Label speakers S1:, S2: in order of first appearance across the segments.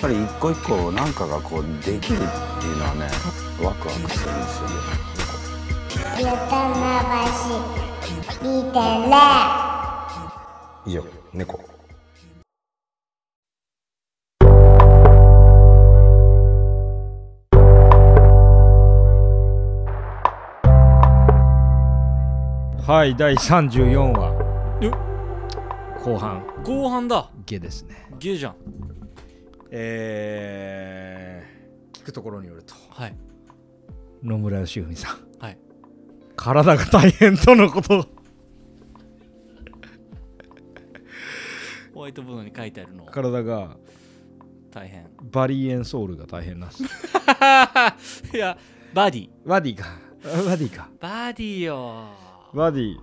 S1: ぱり一個一個なんかがこうできるっていうのはねワクワクするんですよね
S2: ゆたまばし見てね
S3: 以上猫
S4: はい第34話
S5: え
S4: 後半
S5: 後半だ
S4: ゲですね
S5: ゲーじゃん
S4: えー、聞くところによると
S5: はい
S4: 野村義文さん
S5: はい
S4: 体が大変とのこと
S5: ホワイトボードに書いてあるの
S4: 体が
S5: 大変
S4: バリエンソールが大変なんです
S5: いやバディ
S4: ワディかワディか
S5: バディよ
S4: ワディ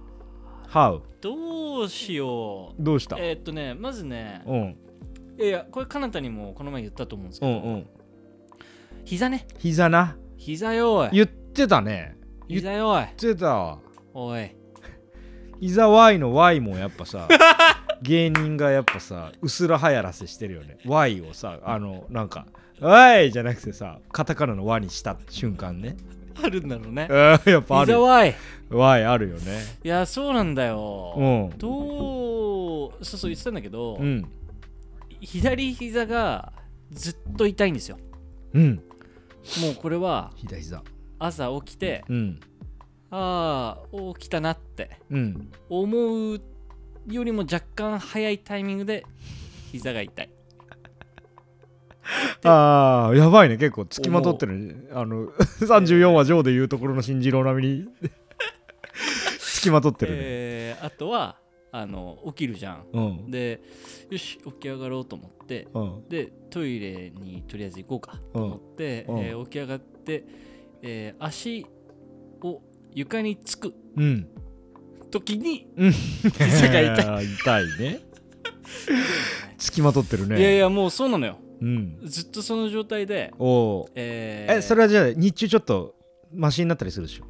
S4: How?
S5: どうしよう
S4: どうした、
S5: えーっとねまずね
S4: うん
S5: いやいやこれかなたにもこの前言ったと思うんですけ
S4: う
S5: ど、
S4: んうん
S5: 膝ね
S4: 膝な
S5: 膝よい
S4: 言ってたね言っ
S5: 膝よい
S4: てたわ
S5: おい
S4: 膝 Y の Y もやっぱさ 芸人がやっぱさうすらはやらせしてるよね Y をさあのなんか「おい!」じゃなくてさカタカナの「ワ」にした瞬間ね
S5: あるんだろうね
S4: うんやっぱあ
S5: 膝
S4: る
S5: わい
S4: Y あるよね
S5: いやそうなんだ
S4: う
S5: よ、
S4: ん
S5: どうそうそう言ってたんだけど、
S4: うん
S5: 左膝がずっと痛いんですよ
S4: うん
S5: もうこれは
S4: 左膝
S5: 朝起きて
S4: うん
S5: ああ起きたなって
S4: うん
S5: 思うよりも若干早いタイミングで膝が痛い
S4: あーやばいね結構つきまとってるねあの 34話上で言うところの新次郎並みに つきまとってるね、
S5: えーあとはあの起きるじゃん
S4: うん
S5: でよし起き上がろうと思って
S4: うん
S5: でトイレにとりあえず行こうかと思って、
S4: うんうん
S5: えー起き上がって、えー足を床につく
S4: うん
S5: 時に
S4: うん
S5: 膝が痛い
S4: い 痛いねつきまとってるね
S5: いやいやもうそうなのよ
S4: うん
S5: ずっとその状態で
S4: おお
S5: えー
S4: えそれはじゃあ日中ちょっとマシになったりするでしょ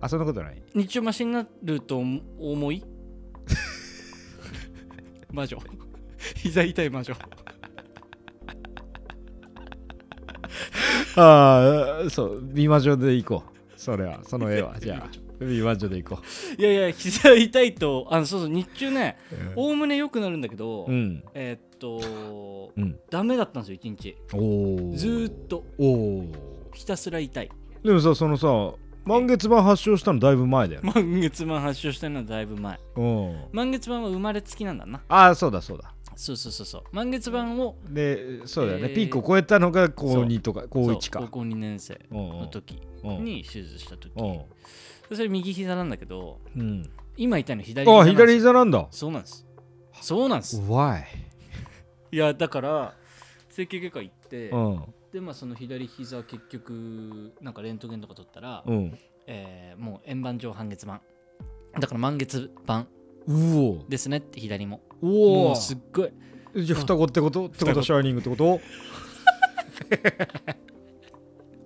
S4: あそんなことない
S5: 日中マシになると思思い 魔女膝痛い魔女
S4: ああそう美魔女で行こうそれはその 絵はじゃあ美魔女で行こ
S5: いやいや膝痛いとあのそうそう日中ね
S4: う
S5: おおむね良くなるんだけど、
S4: うん
S5: えーっと、
S4: うん
S5: ダメだったんですよ一日
S4: おお
S5: ずーっと
S4: おお
S5: ひたすら痛い
S4: でもさそのさ満月版発症したのだいぶ前だよね
S5: 満月版発症したのはだいぶ前
S4: うん
S5: 満月版は生まれつきなんだな
S4: ああそうだそうだ
S5: そうそうそうそう満月版を
S4: でそうだよね、
S5: えー
S4: ピークを超えたのが高2とか高1
S5: そう
S4: か
S5: 高校2年生
S4: うん
S5: の時
S4: うんうん
S5: に手術した時
S4: うん
S5: それ右膝なんだけど
S4: うん
S5: 今痛いの左膝
S4: あ
S5: なんですよ
S4: 左膝なんだ
S5: そうなんですそうなんです、
S4: Why?
S5: いやだから整形外科行って、
S4: うん
S5: でまあその左膝結局なんかレントゲンとか取ったら、
S4: うん
S5: えーもう円盤状半月板だから満月板
S4: うお
S5: ですねって左も
S4: お
S5: もうすっごい
S4: じゃあ双子ってことってことはシャイニングってこと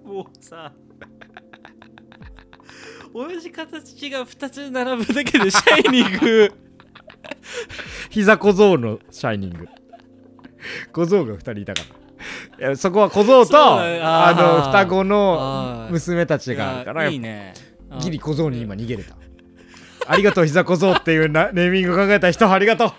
S5: もうさ 同じ形が2つ並ぶだけでシャイニング
S4: 膝小僧のシャイニング小僧が2人いたからいやそこは小僧
S5: そう
S4: と
S5: だねあ
S4: あ
S5: ー
S4: の双子の
S5: あー
S4: 娘たちがあるから
S5: いいね
S4: ギリ小僧に今逃げれたありがとう膝小僧っていうなネーミングを考えた人ありがとう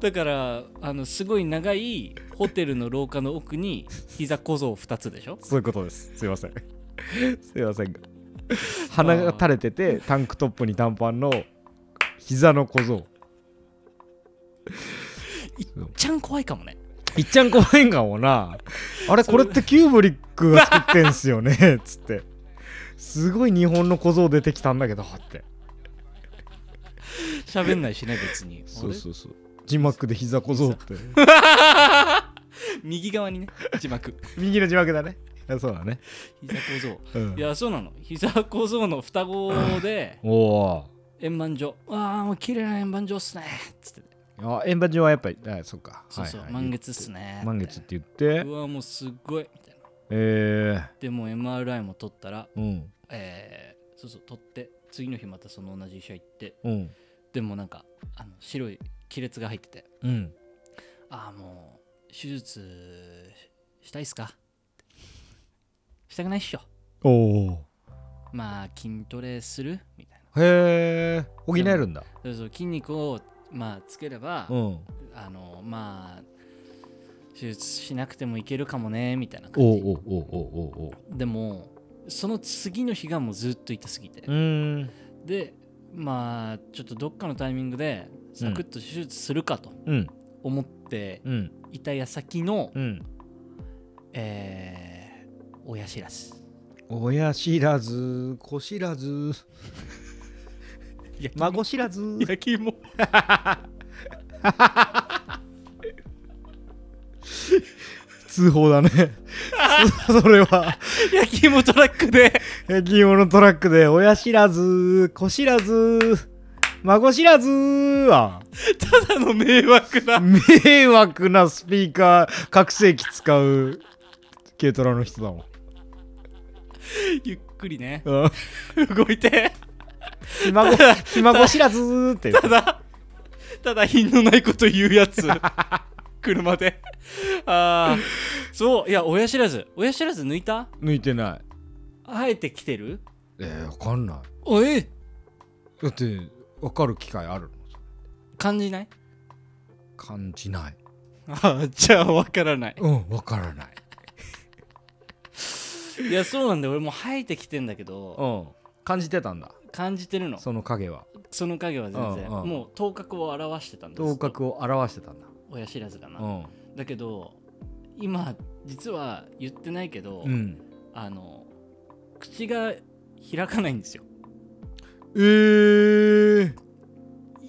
S5: だからあのすごい長いホテルの廊下の奥に膝小僧2つでしょ
S4: そういうことです。すいません。 すいませんが。鼻が垂れてて、タンクトップに短パンの膝の小僧。
S5: ちゃん怖いかもね
S4: いっちゃん怖いんかもな。あれ、これってキューブリックが作ってんすよね。つって。すごい日本の小僧出てきたんだけどって。
S5: 喋んないしね別に
S4: うそう。字幕で膝小僧って。
S5: あれ右側にね 字幕
S4: 右の字幕だね。あそうだね。
S5: 膝小
S4: う
S5: 僧
S4: ん、
S5: いやそうなの膝小僧の双子で
S4: おお
S5: 円盤状ああもう綺麗な円盤状っすねつって
S4: ー。あ、円盤上はやっぱり、あそっか。
S5: そうそう、
S4: はいはい
S5: 満月っすね
S4: 満月って言って
S5: う、わもうすごいみたいな
S4: え
S5: でもう MRI も取ったら
S4: ー、うん、
S5: えー、そうそう取って次の日またその同じ医者行って
S4: うん、
S5: でもなんかあの白い亀裂が入ってて
S4: うん。
S5: ああもう手術したいっすかしたくないっしょ
S4: おお
S5: まあ筋トレするみたいな
S4: へえ補えるんだ
S5: そうそう筋肉をまあつければ、
S4: うん
S5: あのまあ手術しなくてもいけるかもねみたいな
S4: お
S5: 感じ
S4: おおおお
S5: でもその次の日がもうずっと痛すぎて、
S4: うん
S5: でまあちょっとどっかのタイミングでサクッと手術するかと
S4: うん
S5: 思って
S4: うん
S5: いた矢先の、
S4: うん
S5: えー親知らず
S4: 親知らず子知らず孫知らず
S5: 焼き芋
S4: 通報だねそそれは
S5: 焼き芋トラックで
S4: 焼き芋のトラックで親知らず子知らず孫知らずは
S5: ただの迷惑な
S4: 迷惑なスピーカー拡声器使う軽トラの人だもん
S5: ゆっくり ね
S4: うん
S5: 動いて
S4: ひ孫ひ孫知らずーって言う
S5: ただただ品のないこと言う やつ車でああそういや親知らず親知らず抜いた
S4: 抜いてない
S5: 生えてきてる
S4: えー、わかんない
S5: おえ
S4: だってわかる機会あるの
S5: 感じない
S4: 感じない
S5: ああじゃあわからない
S4: うんわからない
S5: いやそうなんだよ俺もう生えてきてんだけど
S4: うん感じてたんだ
S5: 感じてるの
S4: その影は
S5: その影は全然
S4: うんうん
S5: もう頭角を表してたんです
S4: 頭角を表してたんだ
S5: 親知らずかな、
S4: うん
S5: だけど今実は言ってないけど、
S4: うん
S5: あの口が開かないんですよ
S4: えー、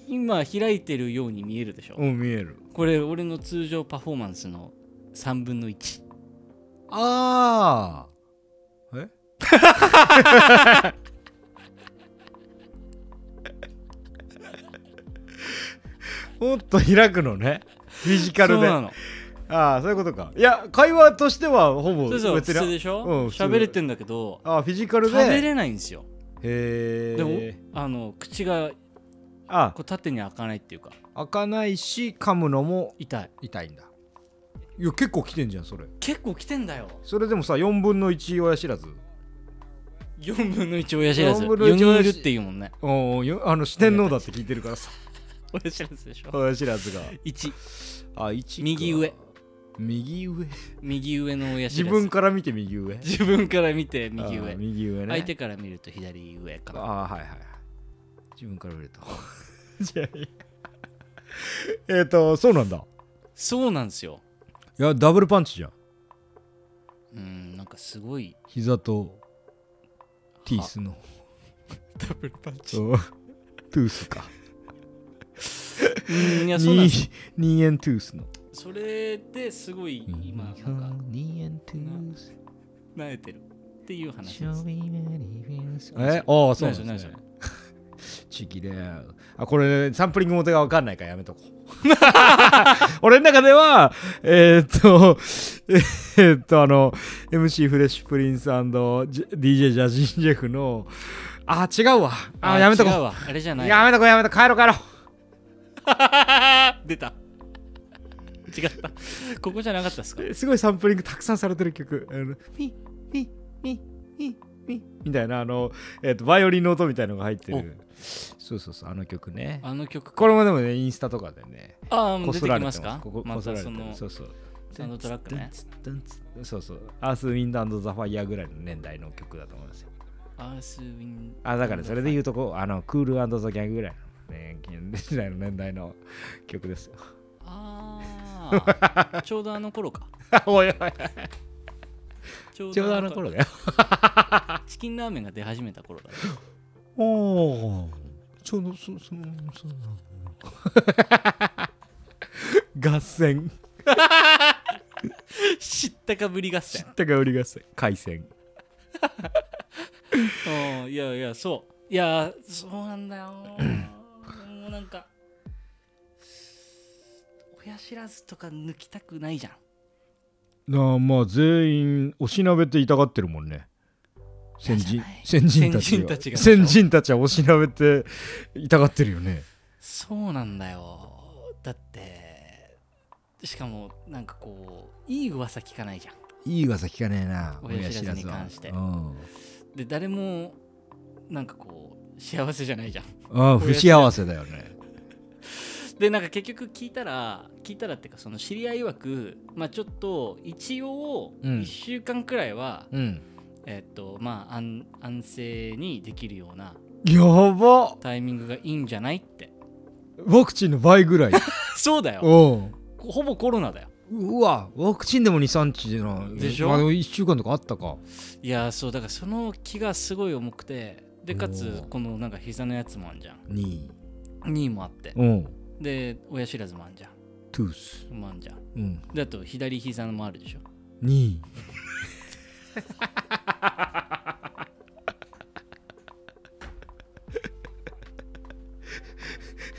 S5: 今開いてるように見えるでしょ、
S4: うん見える
S5: これ俺の通常パフォーマンスの3分の1
S4: ああ えもっと開くのねフィジカル
S5: そう
S4: で
S5: な
S4: あ
S5: の
S4: あーそういうことかいや会話としてはほぼ
S5: そうそう普
S4: 別
S5: 通
S4: に
S5: でしょ
S4: うん普通
S5: 喋れてんだけど
S4: ああフィジカルで
S5: 喋れないんですよ
S4: へ
S5: でも
S4: え
S5: あの口が
S4: あ
S5: こう縦に開かないっていうか
S4: 開かないし噛むのも
S5: 痛い
S4: 痛いんだいや結構きてんじゃんそれ
S5: 結構来てんだよ
S4: それでもさ4分の1親知らず
S5: 4分の1親知らず
S4: 4分の一
S5: 4人いるっていうもんね
S4: おーよあの四天王だって聞いてるからさ
S5: 親知らずでしょ
S4: 親知らずが
S5: 1
S4: あ1
S5: 右上
S4: 右上
S5: 右上の親知
S4: 自
S5: らず
S4: 分から見て右上
S5: 自分から見て右
S4: あー
S5: 上
S4: 右上ね
S5: 相手から見ると左上か
S4: あ
S5: な
S4: ーはいはいはい自分から見るとじゃあいいやえっとそうなんだ
S5: そうなんですよ
S4: いやダブルパンチじゃん
S5: うんなんかすごい
S4: 膝とティースの
S5: ダブルパンチ
S4: そうトゥースか
S5: うんいやそうなんです
S4: 2円トゥースの
S5: それですごい今なんか
S4: 2円トゥース
S5: 慣れてるっていう話です
S4: えああそうなん
S5: 何
S4: です
S5: それ
S4: ねちぎれあこれサンプリング元が分かんないからやめとこう 俺の中ではえー、っと えー、っとあの MC フレッシュプリンスジェ &DJ ジャジンジェフのあ違うわあやめとこ
S5: 違う
S4: う
S5: わあれじゃない
S4: やめとこうやめとこう帰ろう帰ろう
S5: 出た違ったここじゃなかったっすか
S4: すごいサンプリングたくさんされてる曲。あのミミミミミみたいなあの、えっとバイオリンの音みたいのが入ってる。そうそうそう、あの曲ね。
S5: あの曲
S4: これもでもね、インスタとかでね、
S5: ああ
S4: こ
S5: 出
S4: す
S5: てき
S4: られ
S5: ま
S4: て
S5: す
S4: ま
S5: か
S4: す。ここ
S5: ま
S4: こすら
S5: た
S4: れて
S5: そ
S4: る
S5: の
S4: そうそう。
S5: サウンドトラックね
S4: ドンツドンツ。そうそう。アース・ウィンドザ・ファイアぐらいの年代の曲だと思うんですよ。
S5: アースウィン
S4: あ、だからそれで言うとこう、あの、クールザ・ギャングぐらいの、ね、時代の年代の曲ですよ。
S5: あ あちょうどあの頃か
S4: おいおい、
S5: ちょ
S4: ちょうどあの頃だよ。
S5: チキンラーメンが出始めた頃 だね
S4: おお。ちょうどそそのそうなの。合戦。
S5: 知ったかぶり合戦
S4: だから売り合戦。海戦。
S5: うんいやいやそういやそうなんだよもうなんか親知らずとか抜きたくないじゃん
S4: なあまあ全員おしなべて痛がってるもんね。先
S5: 嫌じゃ
S4: 人
S5: ない
S4: 先人たちが
S5: 先人たちが
S4: 先人たちはおしなべて痛がってるよね。
S5: そうなんだよだってしかもなんかこういい噂聞かないじゃん
S4: いい噂聞かねえな
S5: 親知らずに
S4: は
S5: 関して
S4: うん
S5: で誰もなんかこう幸せじゃないじゃん
S4: あ不幸せだよね
S5: でなんか結局聞いたら聞いたらっていうかその知り合い曰くまあちょっと一応
S4: うん
S5: 1週間くらいは、
S4: うん
S5: えっとまあ安安静にできるような
S4: やば
S5: タイミングがいいんじゃないって
S4: ワクチンの倍 ぐらい
S5: そうだよ
S4: お
S5: ほぼコロナだよ
S4: うわワクチンでも23日の
S5: でしょ
S4: あの1週間とかあったか
S5: いやーそうだからその気がすごい重くてでかつ
S4: おー
S5: このなんか膝のやつもあんじゃん
S4: 2
S5: 2もあって
S4: うん
S5: で親知らずもあんじゃん
S4: トゥース
S5: もあんじゃん
S4: うん
S5: であと左膝のもあるでしょ
S4: 2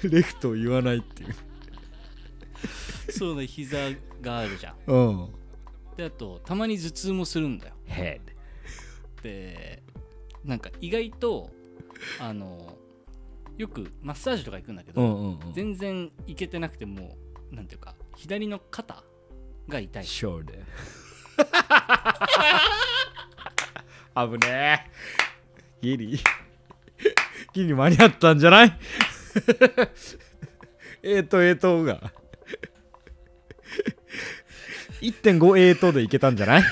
S4: レフトを言わないっていう
S5: そうだ膝があるじゃん
S4: うん
S5: であとたまに頭痛もするんだよ
S4: ヘ
S5: でなんか意外とあのよくマッサージとか行くんだけ
S4: ッう
S5: ど、
S4: んうんうん
S5: 全然行けてなくてもうなんていうか左の肩が痛い
S4: ショーで危ねえギリギリ間に合ったんじゃないえーとえーとが1.5えーとでいけたんじゃない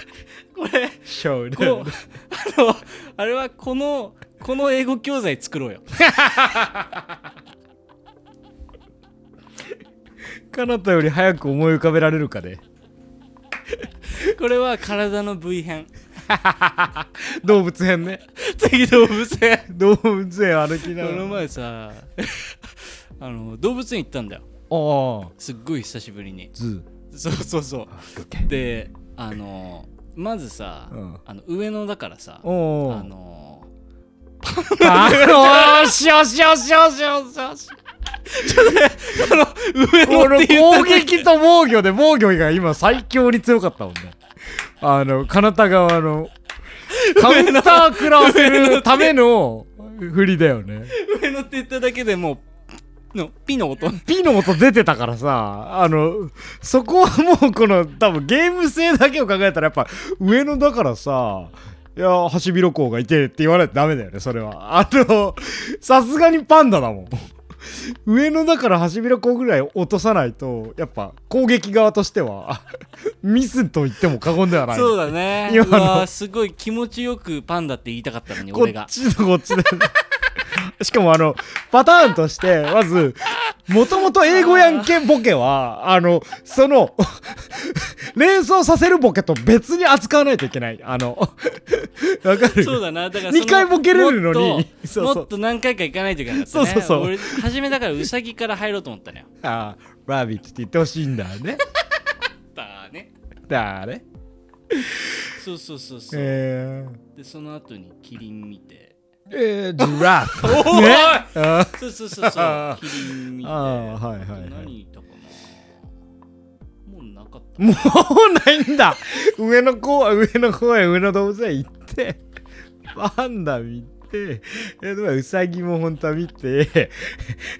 S5: これ
S4: ショー
S5: この あのあれはこのこの英語教材作ろうよ
S4: かなたより早く思い浮かべられるかで
S5: これは体の部位編
S4: 動物園ね
S5: 次動物園
S4: 動物園歩き
S5: こ
S4: ながら
S5: の前さ あの動物園行ったんだよ
S4: ああ
S5: すっごい久しぶりに
S4: ズ
S5: そうそうそう
S4: ー
S5: であのまずさ、
S4: うん
S5: あの上野だからさ
S4: おお
S5: あの
S4: あよしよしよしよしよしよし
S5: あの上
S4: こ
S5: 野
S4: の
S5: って言った
S4: 攻
S5: 時
S4: 撃と防御で防御が今最強に強かったもんねあのカナタ側のカウンター食らわせるための振りだよね
S5: 上野って言っただけでもうのピの音
S4: ピの音出てたからさあのそこはもうこの多分ゲーム性だけを考えたらやっぱ上野だからさいやハシビロコウがいてって言わないとダメだよねそれはあのさすがにパンダだもん上野だからハシビロコウぐらい落とさないとやっぱ攻撃側としてはミスと言っても過言ではない
S5: そうだね
S4: 今
S5: う
S4: の
S5: わーすごい気持ちよくパンダって言いたかったのに
S4: こ
S5: 俺
S4: っ
S5: が
S4: ちとこっちでしかもあのパターンとしてまずもともと英語やんけボケはあのその連想させるボケと別に扱わないといけないあのわかる
S5: そうだなだから
S4: 二回ボケれるのに
S5: もっ と
S4: そうそう
S5: もっと何回か行かないといけなかったね
S4: そうそうそう
S5: 俺初めだからウサギから入ろうと思ったのよ
S4: あーラビットって言ってほしいんだね
S5: だね
S4: だね
S5: そうそうそうそう、
S4: えー
S5: でその後にキリン見 て
S4: えー、ジラフね
S5: おい
S4: あー
S5: そうそうそうそうキリン見て
S4: あーはいはいはい
S5: 何いたかなもうなかった
S4: もうないんだ上野公園上野公園上野動物園行ってパンダ見てえでもウサギも本当は見て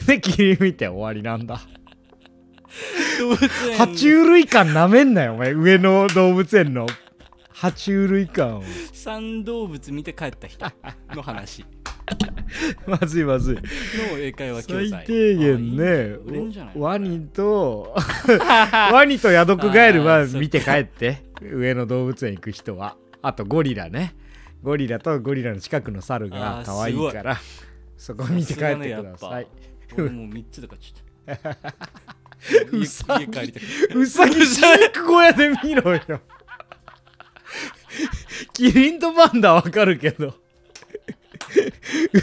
S4: でキリン見て終わりなんだ
S5: 動物園
S4: 爬虫類館なめんなよお前上野動物園の爬虫類館を
S5: 三動物見て帰った人の話
S4: まずいまずい
S5: の英会話教材
S4: 最低限
S5: あ
S4: ね
S5: いい売れんじゃない
S4: ワニ とワニとヤドクガエルは見て帰って上野動物園行く人はあとゴリラねゴリラとゴリラの近くの猿
S5: あ
S4: が
S5: ー
S4: 可愛いからそこ見て帰ってくださ い
S5: 俺もう3つとかち ょっと
S4: うさぎ
S5: 家家帰りたく
S4: うさぎ飼育小屋で見ろよキリンとパンダはわかるけ ど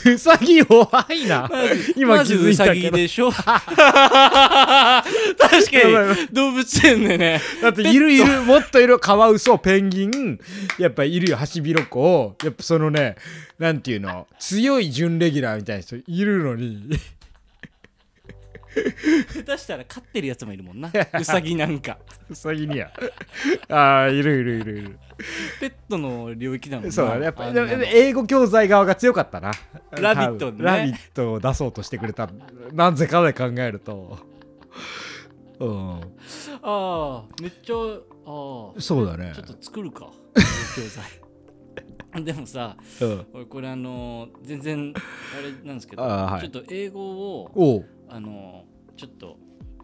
S4: うさぎ弱いな今
S5: ま
S4: 気
S5: ず
S4: づ
S5: ウ
S4: い
S5: サ
S4: た
S5: ギ
S4: けど
S5: でし ょ 確か
S4: やばいやば
S5: に動物園でね
S4: だっているいるもっといるカワウソペンギンやっぱいるよハシビロコウやっぱそのねなんていうの強い準レギュラーみたいな人いるのに
S5: 下手したら飼ってるやつもいるも んなウサギなんか
S4: ウサギにはああいるいるいるい
S5: ペットの領域だもん
S4: る
S5: な
S4: そうだねやっぱ
S5: あん
S4: で
S5: な
S4: も
S5: の
S4: 英語教材側が強かったな
S5: ラビット
S4: 多
S5: ね
S4: 分ラビットを出そうとしてくれたなぜかで考えるとうん
S5: ああめっちゃああ
S4: そうだね
S5: ちょっと作 るか教材でもさ
S4: うん
S5: 俺これあのー全然あれなんですけど、
S4: あーはい
S5: ちょっと英語を
S4: おう
S5: あのーちょっと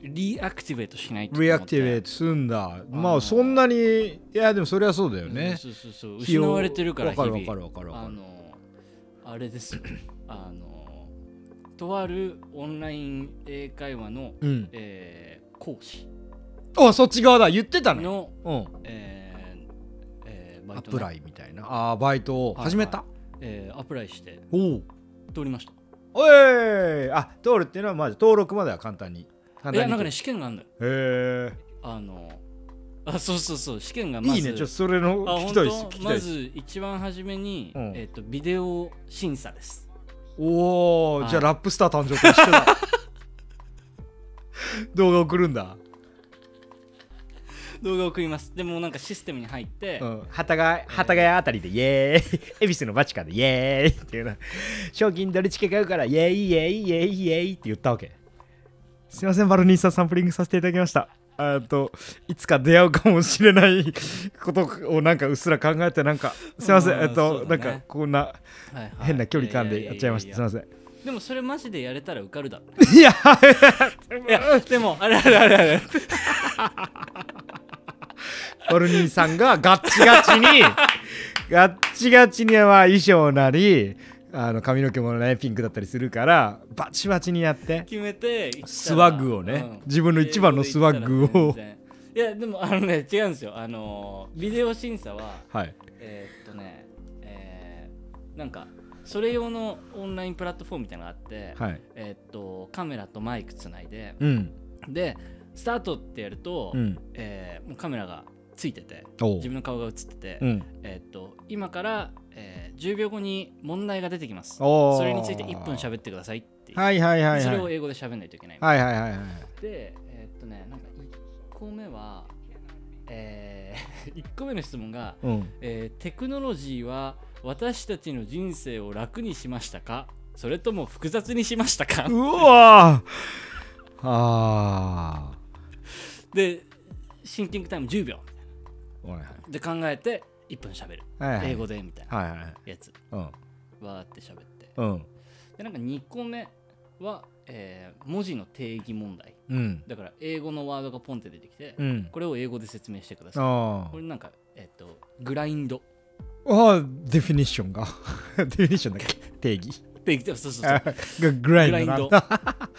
S5: リアクティベートしないとと
S4: リアクティベー
S5: ベ
S4: トすんだまあそんなにいやでもそれはそうだよ
S5: ー
S4: ね
S5: そうそうそう失われてるから
S4: わかるわ
S5: 日
S4: か
S5: 々
S4: るわかるわ
S5: あ
S4: かる
S5: のあれですよあのとあるオンライン英会話の、
S4: うん
S5: えー講師
S4: あそっち側だ言ってたね
S5: の、
S4: うん
S5: えーえーバ
S4: ア
S5: イト
S4: プ
S5: ね
S4: ライみたいなあーバイトを
S5: はい
S4: 始めた
S5: えーアプライして
S4: おう
S5: 通りました
S4: おえあ通るっていうのはまず登録までは簡単に簡単
S5: い
S4: に
S5: やなんかね試験があるのよ
S4: へえ
S5: あのあそうそうそう試験がまず
S4: いいねちょっとそれの
S5: あ
S4: 聞
S5: 本
S4: き
S5: 当
S4: たいです聞きたい
S5: ま
S4: です
S5: ず一番初めに、
S4: うん
S5: えっとビデオ審査です
S4: おお
S5: はい
S4: じゃあラップスター誕生と一緒 だ動画送るんだ
S5: 動画を送りますでもなんかシステムに入って、
S4: 幡ヶ谷あたりでイエーイ 恵比寿のバチカでイエーイっていうな賞金ドルチケ買うからイエーイイエーイイエーイイエーイって言ったわけすいませんバルニーさんサンプリングさせていただきましたあといつか出会うかもしれない ことをなんかうっすら考えてなんかすいませ
S5: うんん
S4: えっと、
S5: そう
S4: な
S5: だ
S4: ん
S5: ね
S4: かこんな
S5: はいはい
S4: 変な距離感でやっちゃいました
S5: や
S4: すい
S5: や
S4: ま
S5: や
S4: せん
S5: やでもそれマジでやれたら受かるだろうね
S4: いや
S5: いやでもあれあれあれあれ
S4: バルニーさんがガッチガチに ガッチガチには衣装なりあの髪の毛もねピンクだったりするからバチバチにやって
S5: 決めて行ったら
S4: スワッグをね自分の一番のスワッグを
S5: 英語で行ったら全然いやでもあのね違うんですよあのビデオ審査は
S4: はい
S5: えーっとねえーなんかそれ用のオンラインプラットフォームみたいなのがあって、
S4: はい
S5: えーっとカメラとマイクつないで
S4: うん
S5: でスタートってやると、
S4: うん
S5: えーもうカメラがついてて
S4: おう
S5: 自分の顔が映ってて、
S4: うん
S5: えーっと今から、えー10秒後に問題が出てきます
S4: おー
S5: それについて1分喋ってくださいっていう
S4: はいはいはい
S5: そ
S4: は
S5: れ
S4: い
S5: を
S4: はい
S5: 英語で喋んないといけない。
S4: はいはいはい
S5: で、えーっとね、なんか1個目は、え1 個目の質問が、
S4: うん
S5: えーテクノロジーは私たちの人生を楽にしましたかそれとも複雑にしましたか
S4: うわーあ
S5: で、シンキングタイム10秒
S4: ーはい
S5: で考えて1分喋る。
S4: はいはい
S5: 英語でみたいな
S4: はいはい
S5: やつ、
S4: うん
S5: わーって喋って。
S4: うん
S5: で、なんか2個目は、えー文字の定義問題。
S4: うん
S5: だから、英語のワードがポンって出てきて、
S4: うん
S5: これを英語で説明してください。
S4: あ
S5: こ
S4: ー
S5: れなんか、えっと、グラインドっ
S4: あーデフィニッションが デフィニッションだっけ定義
S5: て言ってそうそうそ
S4: あ
S5: う。
S4: がグラ
S5: グラ
S4: イ
S5: イ
S4: ン
S5: ン
S4: ドな
S5: ド。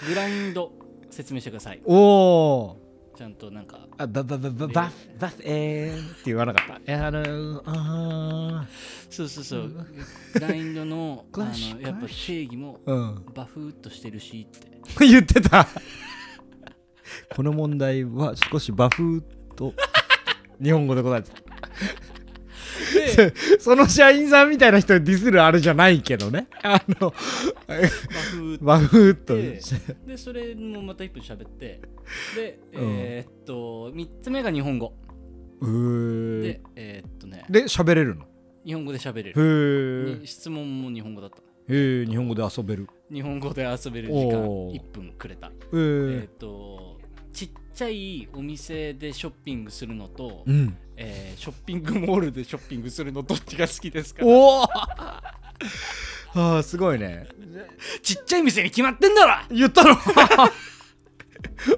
S5: グラインド説明してください。
S4: お お
S5: ちゃんとなんか、
S4: あだだだだバフバフえーって言わなかったえーあのあ
S5: そうそうそう。グラインドのあ
S4: クラッシュ
S5: のやっ
S4: ク
S5: ぱ
S4: ラッ
S5: 定義も
S4: ーうん
S5: バフーっとしてるしって。
S4: 言ってたこの問題は少しバフと日本語で答えてた
S5: で、
S4: その社員さんみたいな人をディスるあれじゃないけどねあの
S5: バフーっ
S4: バフと
S5: て。で、それもまた1分喋って。で、えーっと、3つ目が日本語。
S4: うー
S5: で、えーっとね、
S4: で喋れるの
S5: 日本語で喋れる。
S4: へ
S5: に質問も日本語だった。
S4: えへえ日本語で遊べる
S5: 日本語で遊べる時間
S4: おー
S5: 1分くれた。
S4: へ
S5: え
S4: え
S5: っとちっちゃいお店でショッピングするのと
S4: う、ん
S5: えーショッピングモールでショッピングするのどっちが好きですか
S4: おお あーすごいね
S5: ちっちゃい店に決まってんだろ
S4: 言ったの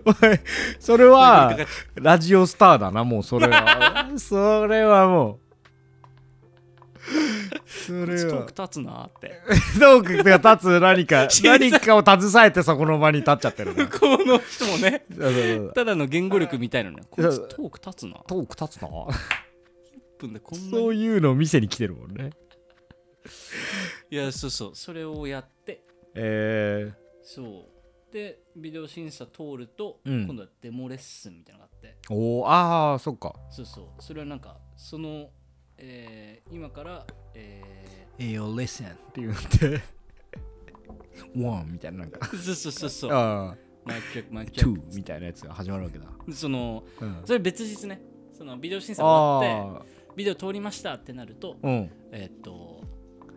S4: おいそれは
S5: なんか
S4: ラジオスターだなもうそれは それはもうそ
S5: こ
S4: れ
S5: っち遠
S4: は
S5: く立つなーって
S4: トークが立つ何 か
S5: 小さい
S4: 何かを携えてそこの場に立っちゃってるな
S5: 向こうの人もね
S4: そうそうそう
S5: ただの言語力みたいなのねこっち
S4: そう
S5: 遠く立つな 1
S4: トーク立つな
S5: 分でこんな
S4: そう
S5: に
S4: いうのを店に来てるもんね
S5: いやそうそうそれをやって
S4: え
S5: そうでビデオ審査通ると、
S4: うん
S5: 今度はデモレッスンみたいなのがあって
S4: ー、おーああそっか
S5: そうそうそれはなんかその、えー今から、えー
S4: 栄養レッスンって言 ってワンみたいななんか
S5: そうそうそうそう
S4: あ
S5: マイクチェックマイク
S4: ー
S5: チ
S4: ツ
S5: ェッ
S4: ーみたいなやつが始まるわけだ、
S5: クその
S4: うん、
S5: それ別日ねそのビデオ審査終わっ
S4: ああ
S5: てビデオ通りましたってなると
S4: うん
S5: えーっと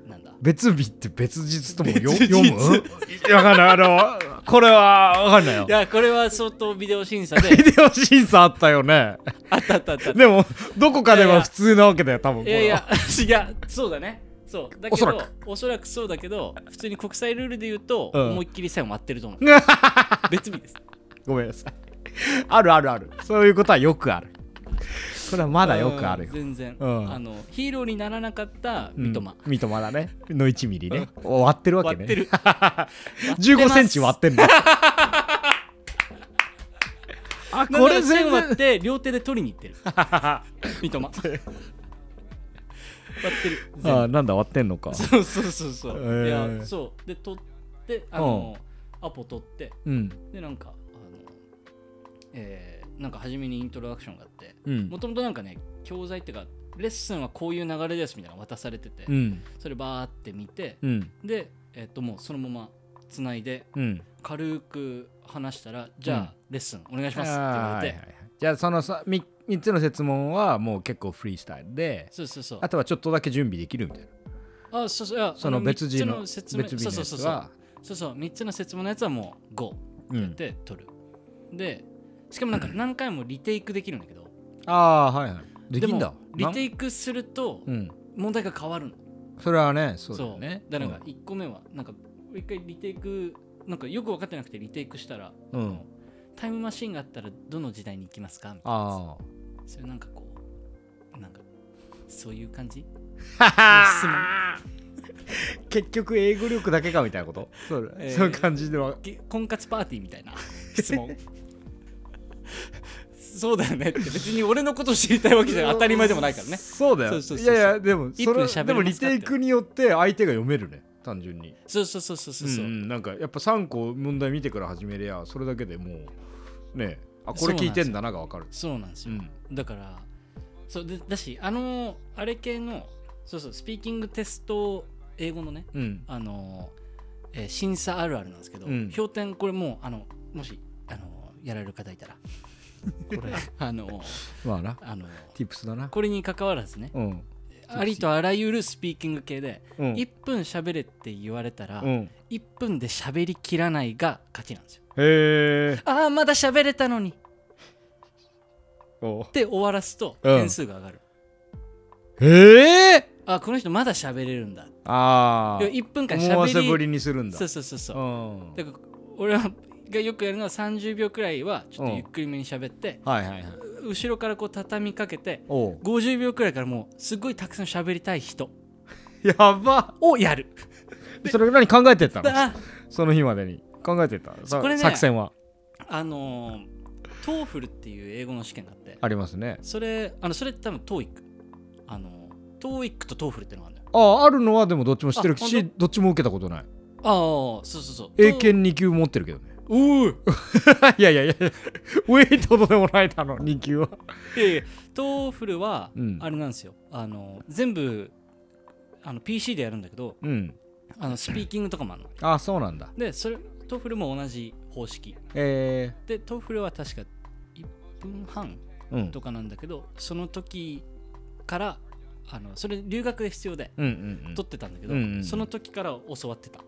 S5: なんだ
S4: 別日って別日ともよ
S5: 別日
S4: 読むいやわかんないあのこれはわかんないよ
S5: いやこれは相当ビデオ審査で
S4: ビデオ審査あったよね
S5: あったあったあった
S4: でもどこかで
S5: いやい
S4: は
S5: や
S4: 普通なわけだよ多分
S5: いやいや いやそうだねそうだけど
S4: お
S5: お
S4: そ
S5: そ
S4: ら
S5: ら
S4: く
S5: くそうだけど普通に国際ルールで言うと、
S4: うん
S5: 思いっきり線を割ってる と思う
S4: これは
S5: 別日です
S4: ごめんなさいあるあるあるそういうことはよくあるこれはまだよくある
S5: う
S4: よ
S5: ん全然、
S4: うん
S5: あのヒーローにならなかった三笘、
S4: うん、三笘だねの1ミリね割ってるわけ
S5: 割
S4: ね
S5: ってる
S4: 15センチ割って んのあ
S5: こ
S4: これ
S5: れ
S4: 全
S5: 線
S4: 部
S5: 割って両手で取りに行っ てる三笘割ってる全部
S4: あなんだ割ってんの か
S5: そうそうそうそう、
S4: えー
S5: いやそうで取ってあの、アポ取って
S4: うん
S5: でなんかあのえー、なんか初めにイントロダクションがあって
S4: うん
S5: もともとなんかね教材っていうかレッスンはこういう流れですみたいなの渡されてて、
S4: うん
S5: それバーって見て、
S4: うん
S5: で、えっともうそのままつないで
S4: うん
S5: 軽く話したらじゃあ、
S4: うん
S5: レッスンお願いしますって言
S4: あー
S5: わ
S4: はい
S5: れ
S4: はい
S5: て、
S4: はいじゃあそのさ 3, つの説問はもう結構フリースタイルで
S5: そうそうそう
S4: あとはちょっとだけ準備できるみたいな
S5: あそうそういや
S4: その別人の
S5: 三つ説明
S4: 別日のやつ
S5: そうそうそう
S4: は
S5: そうそう3つの説明のやつはもう5
S4: うん
S5: で取る、でしかもなんか何回もリテイクできるんだけど
S4: ああーはいはいで
S5: で
S4: き
S5: も
S4: んだ
S5: リテ
S4: イ
S5: イクすると
S4: うん
S5: 問題が変わるの
S4: それはねそうだ
S5: そ
S4: よ
S5: う
S4: ね
S5: だからなんか1個目はなんか一回リテイクなんかよく分かってなくてリテイクしたら、
S4: うん
S5: あのタイムマシンがあったらどの時代に行きますかみたいなや
S4: ああ
S5: つそれなんかこうなんかそういう感じ
S4: 結局英語力だけかみたいなことそう,、
S5: えー
S4: そういう感じでは
S5: げ婚活パーティーみた いな質問そうだよねって別に俺のこと知りたいわけじゃ当たり前でもないからね
S4: そうだよ
S5: そうそうそうそう
S4: いやいやでも
S5: 一分
S4: それ
S5: 喋れますか
S4: でもリテイクによって相手が読めるね単純に
S5: そうそうそうそうそうそう、
S4: んん、なんかやっぱ3個問題見てから始めりゃそれだけでもうねあこれ聞いてんだなが分かる
S5: そうなんです
S4: う
S5: よ、
S4: ん
S5: だからそうでだしあのあれ系のそうそうスピーキングテスト英語のね
S4: うん
S5: あの、えー審査あるあるなんですけど、
S4: うん
S5: 評点これもうあのもしあのやられる方いたらこれ あの
S4: まあな
S5: あの
S4: tips だな
S5: これに関わらずね
S4: うん
S5: ありとあらゆるスピーキング系で、
S4: うん
S5: 1分喋れって言われたら、
S4: うん
S5: 1分で喋りきらないが勝ちなんですよ
S4: へえ
S5: ああまだ喋れたのにっ
S4: お
S5: て終わらすと
S4: うん
S5: 点数が上がる、
S4: へえ
S5: あこの人まだ喋れるんだ
S4: ああ
S5: 1分間
S4: 思わ
S5: 喋
S4: せぶ
S5: り
S4: りにするんだ
S5: そうそうそうそう
S4: う、ん
S5: だから俺がよくやるのは30秒くらいはちょっとゆっくりめに喋って、
S4: はいはいはい
S5: 後ろからこう畳みかけて
S4: おう
S5: 50秒くらいからもうすごいたくさん喋りたい人
S4: やば
S5: をやる
S4: それ何考えてったの
S5: だ
S4: その日までに考えてたさ
S5: これね
S4: 作戦は
S5: あのー、トーフルっていう英語の試験があって
S4: ありますね
S5: それあのそれって多分トーイックあのトーイックとトーフルってのがあるんだよ
S4: あああるのはでもどっちも知ってる
S5: あほん
S4: しどっちも受けたことない
S5: ああそうそうそう
S4: 英検2級持ってるけどね
S5: おう
S4: いやいやいや、ウェイトとでもないだろ、2級は。
S5: いやいやトーフルは
S4: うん
S5: あれなんですよ、あの全部あの PC でやるんだけど
S4: うん。
S5: あのスピーキングとかもあるの
S4: あ、そうなんだ。
S5: でそれトーフルも同じ方式
S4: え
S5: でトーフルは確か1分半
S4: ー、うん。
S5: とかなんだけどその時からあのそれ留学で必要で
S4: うんうんうん。
S5: 取ってたんだけど、
S4: うんうんうん
S5: その時から教わってた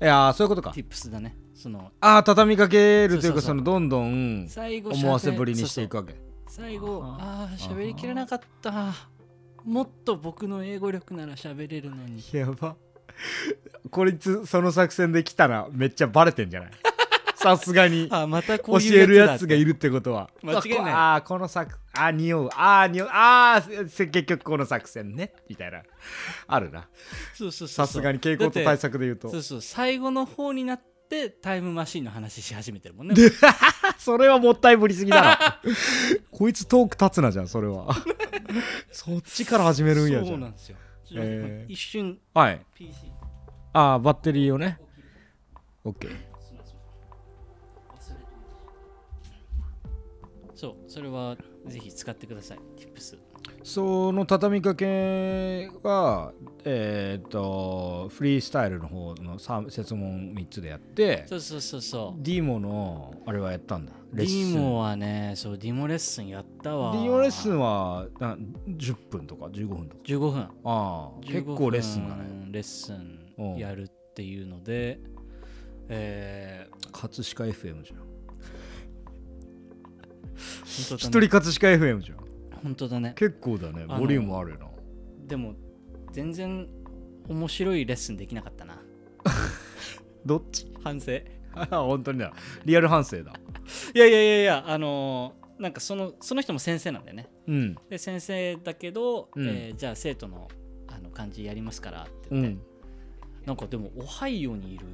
S4: いやー、そういうことか。
S5: tips だねその
S4: あー、畳みかけるという
S5: そうそ
S4: か、
S5: うそう
S4: その、どんどん
S5: 最後
S4: 思わせぶりにしていく
S5: そ
S4: わ
S5: う
S4: け。
S5: そう最後
S4: あ
S5: あ
S4: ー
S5: あー喋りきれなかったもっと僕の英語力なら喋れるのに
S4: やば。こいつ、その作戦で来たら、めっちゃバレてんじゃない さすがに。
S5: あーまた
S4: 教
S5: こういう
S4: えるやつが
S5: だ
S4: いるってことは
S5: 間違いないう
S4: わあーこの作あー匂うあー匂うあーせ結局この作戦ねみたいなあるな
S5: そうそうそう
S4: さすがに傾向と対策で言うと
S5: そうそう最後の方になってタイムマシンの話し始めてるもんね
S4: そ れはもったいぶりすぎだろ こいつトーク立つなじゃんそれは そっちから始めるんやじ
S5: そ
S4: ゃ
S5: うんなんですよ、
S4: えー
S5: 一瞬
S4: はい
S5: PC
S4: ああバッテリーをね OK
S5: そうそれはぜひ使ってください Tips
S4: その畳みかけはえーっとフリースタイルの方のさ設問3つでやって
S5: そうそうそうそう
S4: ディモのあれはやったんだ
S5: デ
S4: レッスン
S5: ィモはねそうディモレッスンやったわ
S4: ディモレッスン
S5: は
S4: はな10分とか15分とか
S5: 15分
S4: ああ結
S5: 15
S4: 構レッスンだね
S5: 分レッスンやるっていうのでえー、
S4: 葛飾 FM じゃん
S5: 本
S4: 一
S5: 当だ
S4: 人
S5: ね
S4: 葛飾 FM じゃん
S5: 本当だね
S4: 結構だね
S5: あの
S4: ボリュームあるな
S5: でも全然面白いレッスンできなかったな
S4: どっち
S5: 反省い
S4: あ 本当にだリアル反省だ
S5: やいやいやいやあのーなんかそのその人も先生なんだよね
S4: うん
S5: で先生だけど、
S4: うん
S5: えーじゃあ生徒のあの漢字やりますからって
S4: う
S5: 言って、
S4: ん
S5: なんかでもオハイオにいる、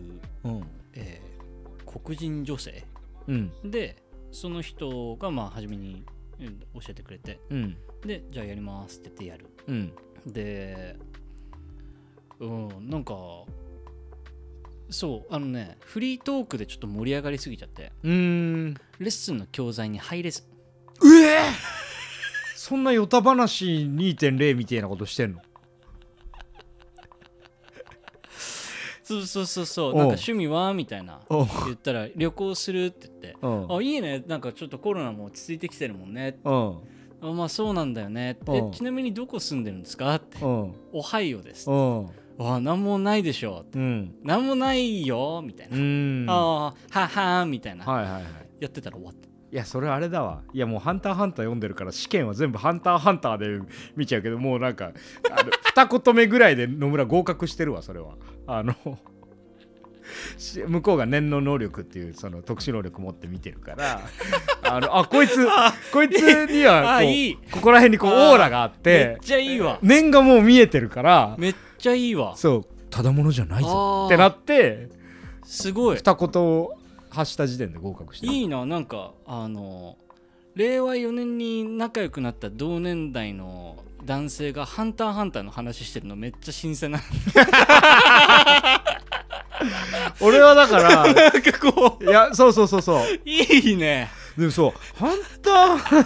S4: うん
S5: えー黒人女性
S4: うん
S5: でその人がまあ初めにうん教えてくれて
S4: うん
S5: でじゃあやりますって言ってやる
S4: うん
S5: でうんなんかそうあのねフリートークでちょっと盛り上がりすぎちゃって
S4: うーん
S5: レッスンの教材に入れず
S4: うえそんなヨタ話2.0みたいなことしてんの
S5: そうそうそうそ
S4: お
S5: う
S4: う
S5: なんか趣味はみたいな
S4: おう
S5: 言ったら旅行するって言って
S4: うん
S5: あいいねなんかちょっとコロナも落ち着いてきてるもんね
S4: うん
S5: あまあそうなんだよね
S4: お
S5: え
S4: う
S5: ちなみにどこ住んでるんですかって
S4: うん
S5: おはようです
S4: うん
S5: あなんもないでしょ
S4: うん
S5: なんもないよみたいな
S4: うんは
S5: ああははーみたい
S4: い
S5: な
S4: はいはい
S5: やってたら終わった
S4: いやそれあれだわいやもう「ハンターハンター」読んでるから試験は全部「ハンターハンター」で見ちゃうけどもうなんかあの 二言目ぐらいで野村合格してるわそれはあのし向こうが念の能力っていうその特殊能力持って見てるからあのあこい つこいつには
S5: あ
S4: こう
S5: いい
S4: ここら辺にこうオ
S5: あー
S4: ーラがあっ
S5: めってちゃいいわ
S4: 念がもう見えてるから
S5: めっちゃいいわ
S4: そうただものじゃない
S5: あー
S4: ぞってなって
S5: すごい
S4: 二言を発した時点で合格してる
S5: いいななんかあの令和4年に仲良くなった同年代の男性が「ハンターハンター」の話してるのめっちゃ新鮮な
S4: 俺はだから
S5: なんか こ
S4: いやそうそうそうそう
S5: ういいね
S4: でもそう、ハンター、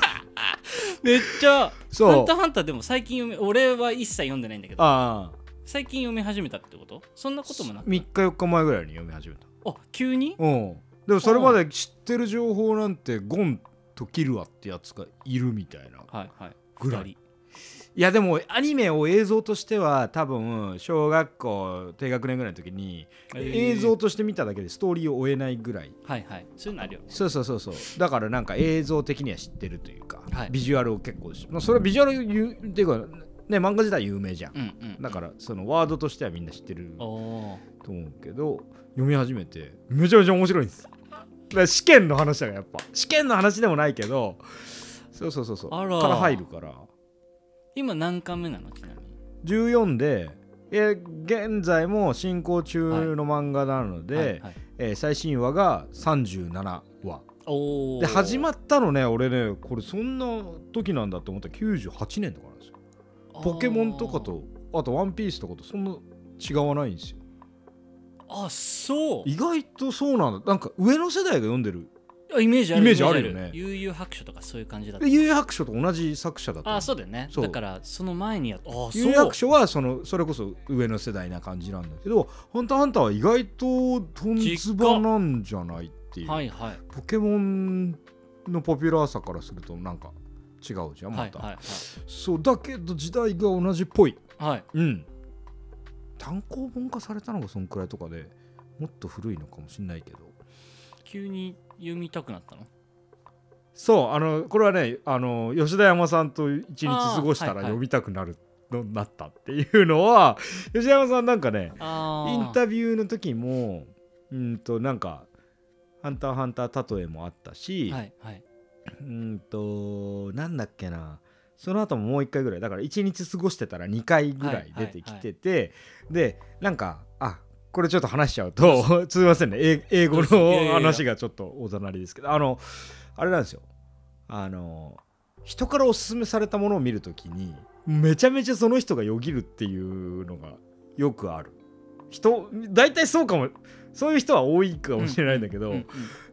S5: めっちゃ「
S4: そう
S5: ハンターハンター」でも最近読み俺は一切読んでないんだけど
S4: ああ、
S5: 最近読み始めたってことそんなこともな
S4: 3
S5: く
S4: 日4日前ぐらいに読み始めた。
S5: あ急に
S4: うん。でもそれまで知ってる情報なんて、ゴンとキルアってやつがいるみたいな。
S5: はいはい
S4: ぐらい
S5: 二人
S4: いや、でもアニメを映像としては、多分、小学校低学年ぐらいの時に、
S5: えー
S4: 映像として見ただけでストーリーを追えないぐらい。
S5: はいはいそういうのあるよね
S4: そうそうそうそう。だからなんか映像的には知ってるというか、
S5: はい
S4: ビジュアルを結構し、まあ、それはビジュアルゆっていうか、ね、漫画自体有名じゃん。
S5: うんうん
S4: だからそのワードとしてはみんな知ってる
S5: おお
S4: と思うけど読み始めてめちゃめちゃ面白いんですだから試験の話だからやっぱ試験の話でもないけどそうそうそうそう
S5: あら
S4: から入るから
S5: 今何巻目なのちなみに
S4: 14でえー現在も進行中の漫画なので、
S5: はいはい
S4: えー最新話が37話
S5: お
S4: で始ま
S5: っ
S4: ったのね俺ねこれそんな時なんだと思ったら98年とかなんですよポケモンとかとあとワンピースとかとそんな違わないんですよ
S5: あそう
S4: 意外とそうなんだなんか上の世代が読んでる
S5: あイメージある
S4: イメージあるよね
S5: イメージある悠々白書とかそういう感じだっ
S4: で
S5: た
S4: 幽遊白書と同じ作者だと
S5: あそうだよね
S4: そう
S5: だからその前にやったあそう
S4: 幽遊白書はそのそれこそ上の世代な感じなんだけど「ハンターハンター」は意外とトンツバなんじゃないっていう、
S5: はいはい
S4: ポケモンのポピュラーさからするとなんか違うじゃん
S5: は
S4: ま
S5: い
S4: た、
S5: はい
S4: そうだけど時代が同じっぽい
S5: はいはい
S4: うん単行本化されたのがそんくらいとかでもっと古いのかもしんないけど
S5: 急に読みたくなったの
S4: そうあのこれはねあの吉田山さんと一日過ごした
S5: あーは
S4: ら
S5: いはい
S4: 読みたくなるのになったっていうのは 吉田山さんなんかね
S5: あ
S4: インタビューの時もうんとなんか「ハンターハンター」例えもあったし、
S5: はいはい
S4: うんとなんだっけなその後ももう1回ぐらいだから1日過ごしてたら2回ぐらい出てきてて、でなんかあこれちょっと話しちゃうと すみませんね英英語
S5: どうぞいやいやい
S4: の
S5: や
S4: 話がちょっとおざなりですけどあのあれなんですよあの人からおすすめされたものを見るときにめちゃめちゃその人がよぎるっていうのがよくある人大体そうかもそういう人は多いかもしれないんだけど、
S5: うんうん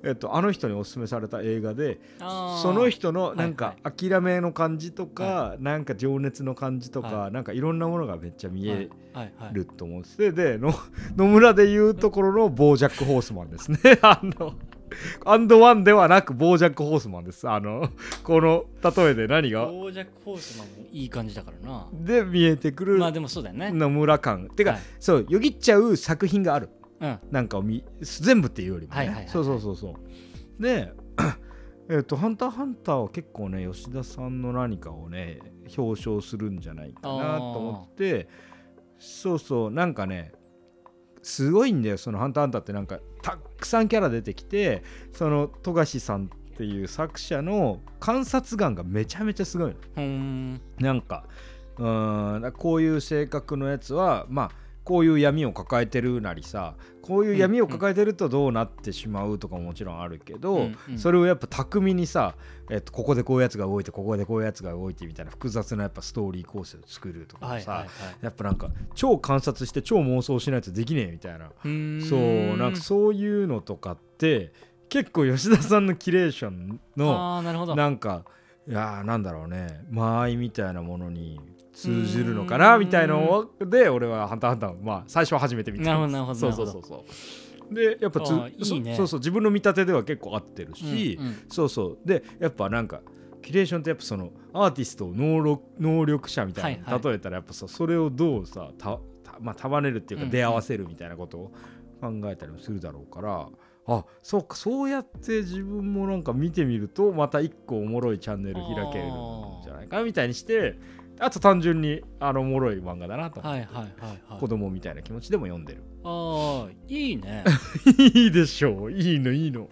S4: えっと、あの人におすすめされた映画で
S5: あー
S4: その人の
S5: い
S4: なんか諦めの感じとか、なんか情熱の感じとか、
S5: は
S4: なんかいろんなものがめっちゃ見え
S5: はいはい
S4: ると思うんです、での 野村でいうところのボージャック・ホースマンですね あのアンドワンではなくボージャック・ホースマンですあのこの例えで何が
S5: ボージャック・ホースマンもいい感じだからな
S4: で見えてくる
S5: まあでもそうだよね
S4: 野村感、てか、
S5: はい
S4: そうよぎっちゃう作品がある
S5: うん
S4: なんかを見全部っていうよりもね、
S5: はいはいはい
S4: そうそうそうそうで えっと「ハンターハンター」は結構ね吉田さんの何かをね表彰するんじゃないかなと思ってそうそうなんかねすごいんだよその「ハンターハンター」ってなんかたっくさんキャラ出てきてその富樫さんっていう作者の観察眼がめちゃめちゃすごいの。
S5: ふーん
S4: なんかうーんだからこういう性格のやつはまあこういう闇を抱えてるなりさこういう闇を抱えてるとどうなってしまうとかももちろんあるけど、
S5: うんうん
S4: それをやっぱ巧みにさ、えっと、ここでこういうやつが動いてここでこういうやつが動いてみたいな複雑なやっぱストーリー構成を作るとか
S5: は
S4: も
S5: い
S4: さ、
S5: はいはい
S4: やっぱなんか超観察して超妄想しないとできねえみたいな
S5: ふーん
S4: そうなんかそういうのとかって結構吉田さんのキュレーションの
S5: ああなるほど
S4: なんかいやーなんだろうね間合いみたいなものに通じるのかなみたいので俺は「ハンターハンター」まあ最初は初めて見た
S5: なるほどなるほど
S4: そうそうそうそうでやっぱつ
S5: あーいいね
S4: そそうそう自分の見立てでは結構合ってる
S5: うん
S4: し、
S5: うん
S4: そうそうでやっぱなんかキュレーションってやっぱそのアーティストを能力能力者みたい
S5: はい
S4: な
S5: はい
S4: 例えたらやっぱさそれをどうさたたまあ、束ねるっていう
S5: う
S4: か
S5: ん
S4: 出会わせるみたいなことを考えたりもするだろうから、あそうかそうやって自分もなんか見てみるとまた一個おもろいチャンネル開けるんじゃないかなみたいにしてあと単純にあのおもろい漫画だなと、
S5: はいはいはいはい
S4: 子供みたいな気持ちでも読んでる
S5: ああいいね
S4: いいでしょういいのいいの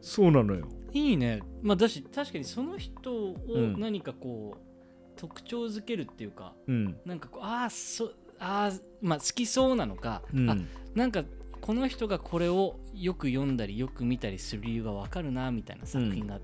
S4: そうなのよ
S5: いいねまあだし確かにその人を
S4: うん
S5: 何かこう特徴づけるっていうか
S4: うん
S5: なんかこうああそあーまあ好きそうなのか、
S4: うん
S5: あなんかこの人がこれをよく読んだりよく見たりする理由がわかるなみたいな作品が、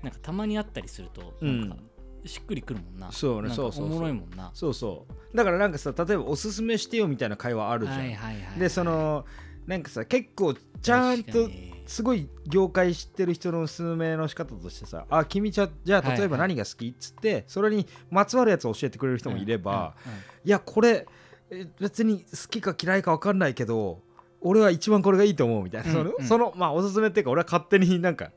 S5: なんかたまにあったりするとなんかしっくりくるもんな、
S4: そうね
S5: なんか
S4: そうそうそう
S5: おもろいもんな
S4: そうそうだからなんかさ例えばおすすめしてよみたいな会話あるじゃん、
S5: はいはいはいはい
S4: でそのなんかさ結構ちゃん
S5: 確
S4: と
S5: かに
S4: すごい業界知ってる人のおすすめの仕方としてさ「あ君じゃじゃあ
S5: はい
S4: 例えば何が好き?」っつってそれにまつわるやつを教えてくれる人もいれば
S5: うんうんうん
S4: 「いやこれえ別に好きか嫌いか分かんないけど俺は一番これがいいと思う」みたいな、
S5: うん
S4: その
S5: うん
S4: そのまあおすすめっていうか俺は勝手になんか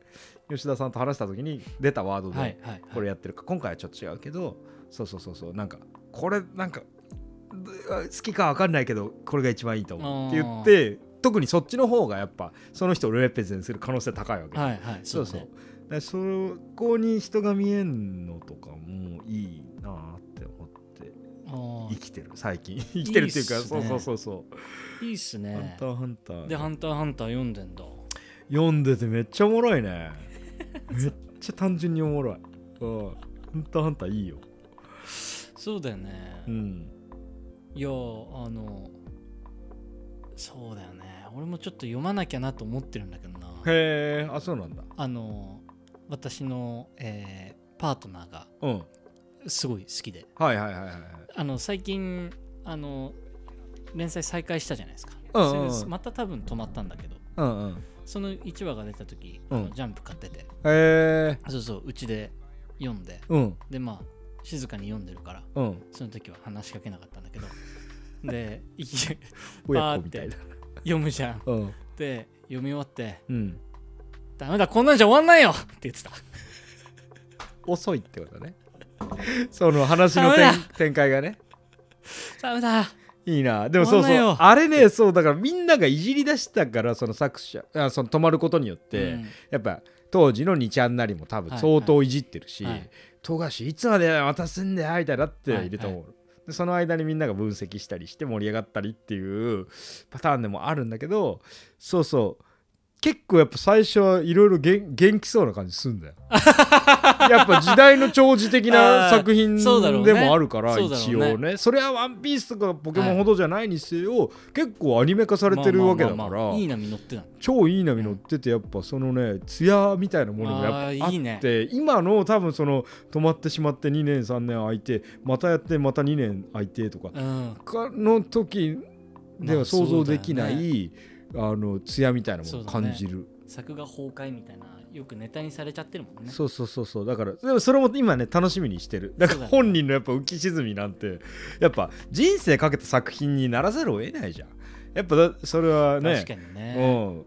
S4: 吉田さんと話した時に出たワードで、
S5: はいはいはい
S4: これやってるか今回はちょっと違うけどそうそうそうそうなんかこれなんかう好きか分かんないけどこれが一番いいと思うって言って特にそっちの方がやっぱその人をレペゼンする可能性高いわけ、
S5: はいはい
S4: そうそうだからそこに人が見えんのとかもいいなーって思って
S5: あ
S4: 生きてる最近 生きてるっていうか
S5: いいっす
S4: そ
S5: ね
S4: うそうそうそう
S5: ーいいっす
S4: 「ハ
S5: ね
S4: ンターハンター」
S5: で「ハンターハンター」読んでんだ
S4: 読んでてめっちゃおもろい ねめっちゃ単純におもろいうんハンターハンターいいよ
S5: そうだよね、
S4: うん
S5: いやあのそうだよね俺もちょっと読まなきゃなと思ってるんだけどな
S4: へえあそうなんだ
S5: あの私の、えーパートナーが
S4: うん
S5: すごい好きで
S4: はいはいはいはいはい
S5: あの最近あの連載再開したじゃないですか、
S4: うんうんうん
S5: それでまた多分止まったんだけど
S4: うんうん
S5: その1話が出た時、あ
S4: う
S5: の
S4: ん
S5: ジャンプ買ってて
S4: へえ
S5: そうそううちで読んで
S4: うん
S5: でまあ静かに読んでるから
S4: うん
S5: その時は話しかけなかったんだけどでいき
S4: 親子みたいな
S5: 読むじゃん
S4: うん
S5: で読み終わって
S4: うん
S5: 「ダメだこんなんじゃ終わんないよ!」って言ってた
S4: 遅いってことねその話の
S5: ダメだ
S4: 展展開がね
S5: 「ダメだ!
S4: いいなでもそう
S5: 止まんな
S4: そ
S5: いうよ
S4: あれねそうだからみんながいじり出したからその作者あその止まることによっ」て、
S5: うん
S4: やっぱ当時の2ちゃんなりも多分相当いじってるし
S5: はいはい
S4: 「富樫いつまで渡すんだよ」みたいになっていると思う、
S5: は
S4: でその間にみんなが分析したりして盛り上がったりっていうパターンでもあるんだけどそうそう結構やっぱ最初はいろいろ元元気そうな感じすん だよやっぱ時代の長寿的な作品
S5: あーそうだろう
S4: で
S5: ね
S4: もあるから、
S5: そうだろう
S4: 一
S5: ね
S4: 応ねそれは「ワンピースとか「ポケモンほどじゃないにせよ、結構アニメ化されてるわけだか
S5: まあまあまあ
S4: ら
S5: まあいい波乗ってたの
S4: 超いい波乗っててやっぱそのね艶みたいなものもやっぱあっ
S5: あー
S4: て
S5: いいね
S4: 今の多分その止まってしまって2年3年空いてまたやってまた2年空いてとか
S5: うん
S4: かの時では想像できな
S5: まあそう
S4: い、あの艶みたいなもの
S5: そ
S4: を
S5: うだね
S4: 感じる
S5: 作画崩壊みたいなよくネタにされちゃってるもんね
S4: そう,、そうそうそうだからでもそれも今ね楽しみにしてるだか
S5: そう
S4: ら
S5: だね
S4: 本人のやっぱ浮き沈みなんてやっぱ人生かけた作品にならざるを得ないじゃんやっぱだそれはね
S5: 確かにね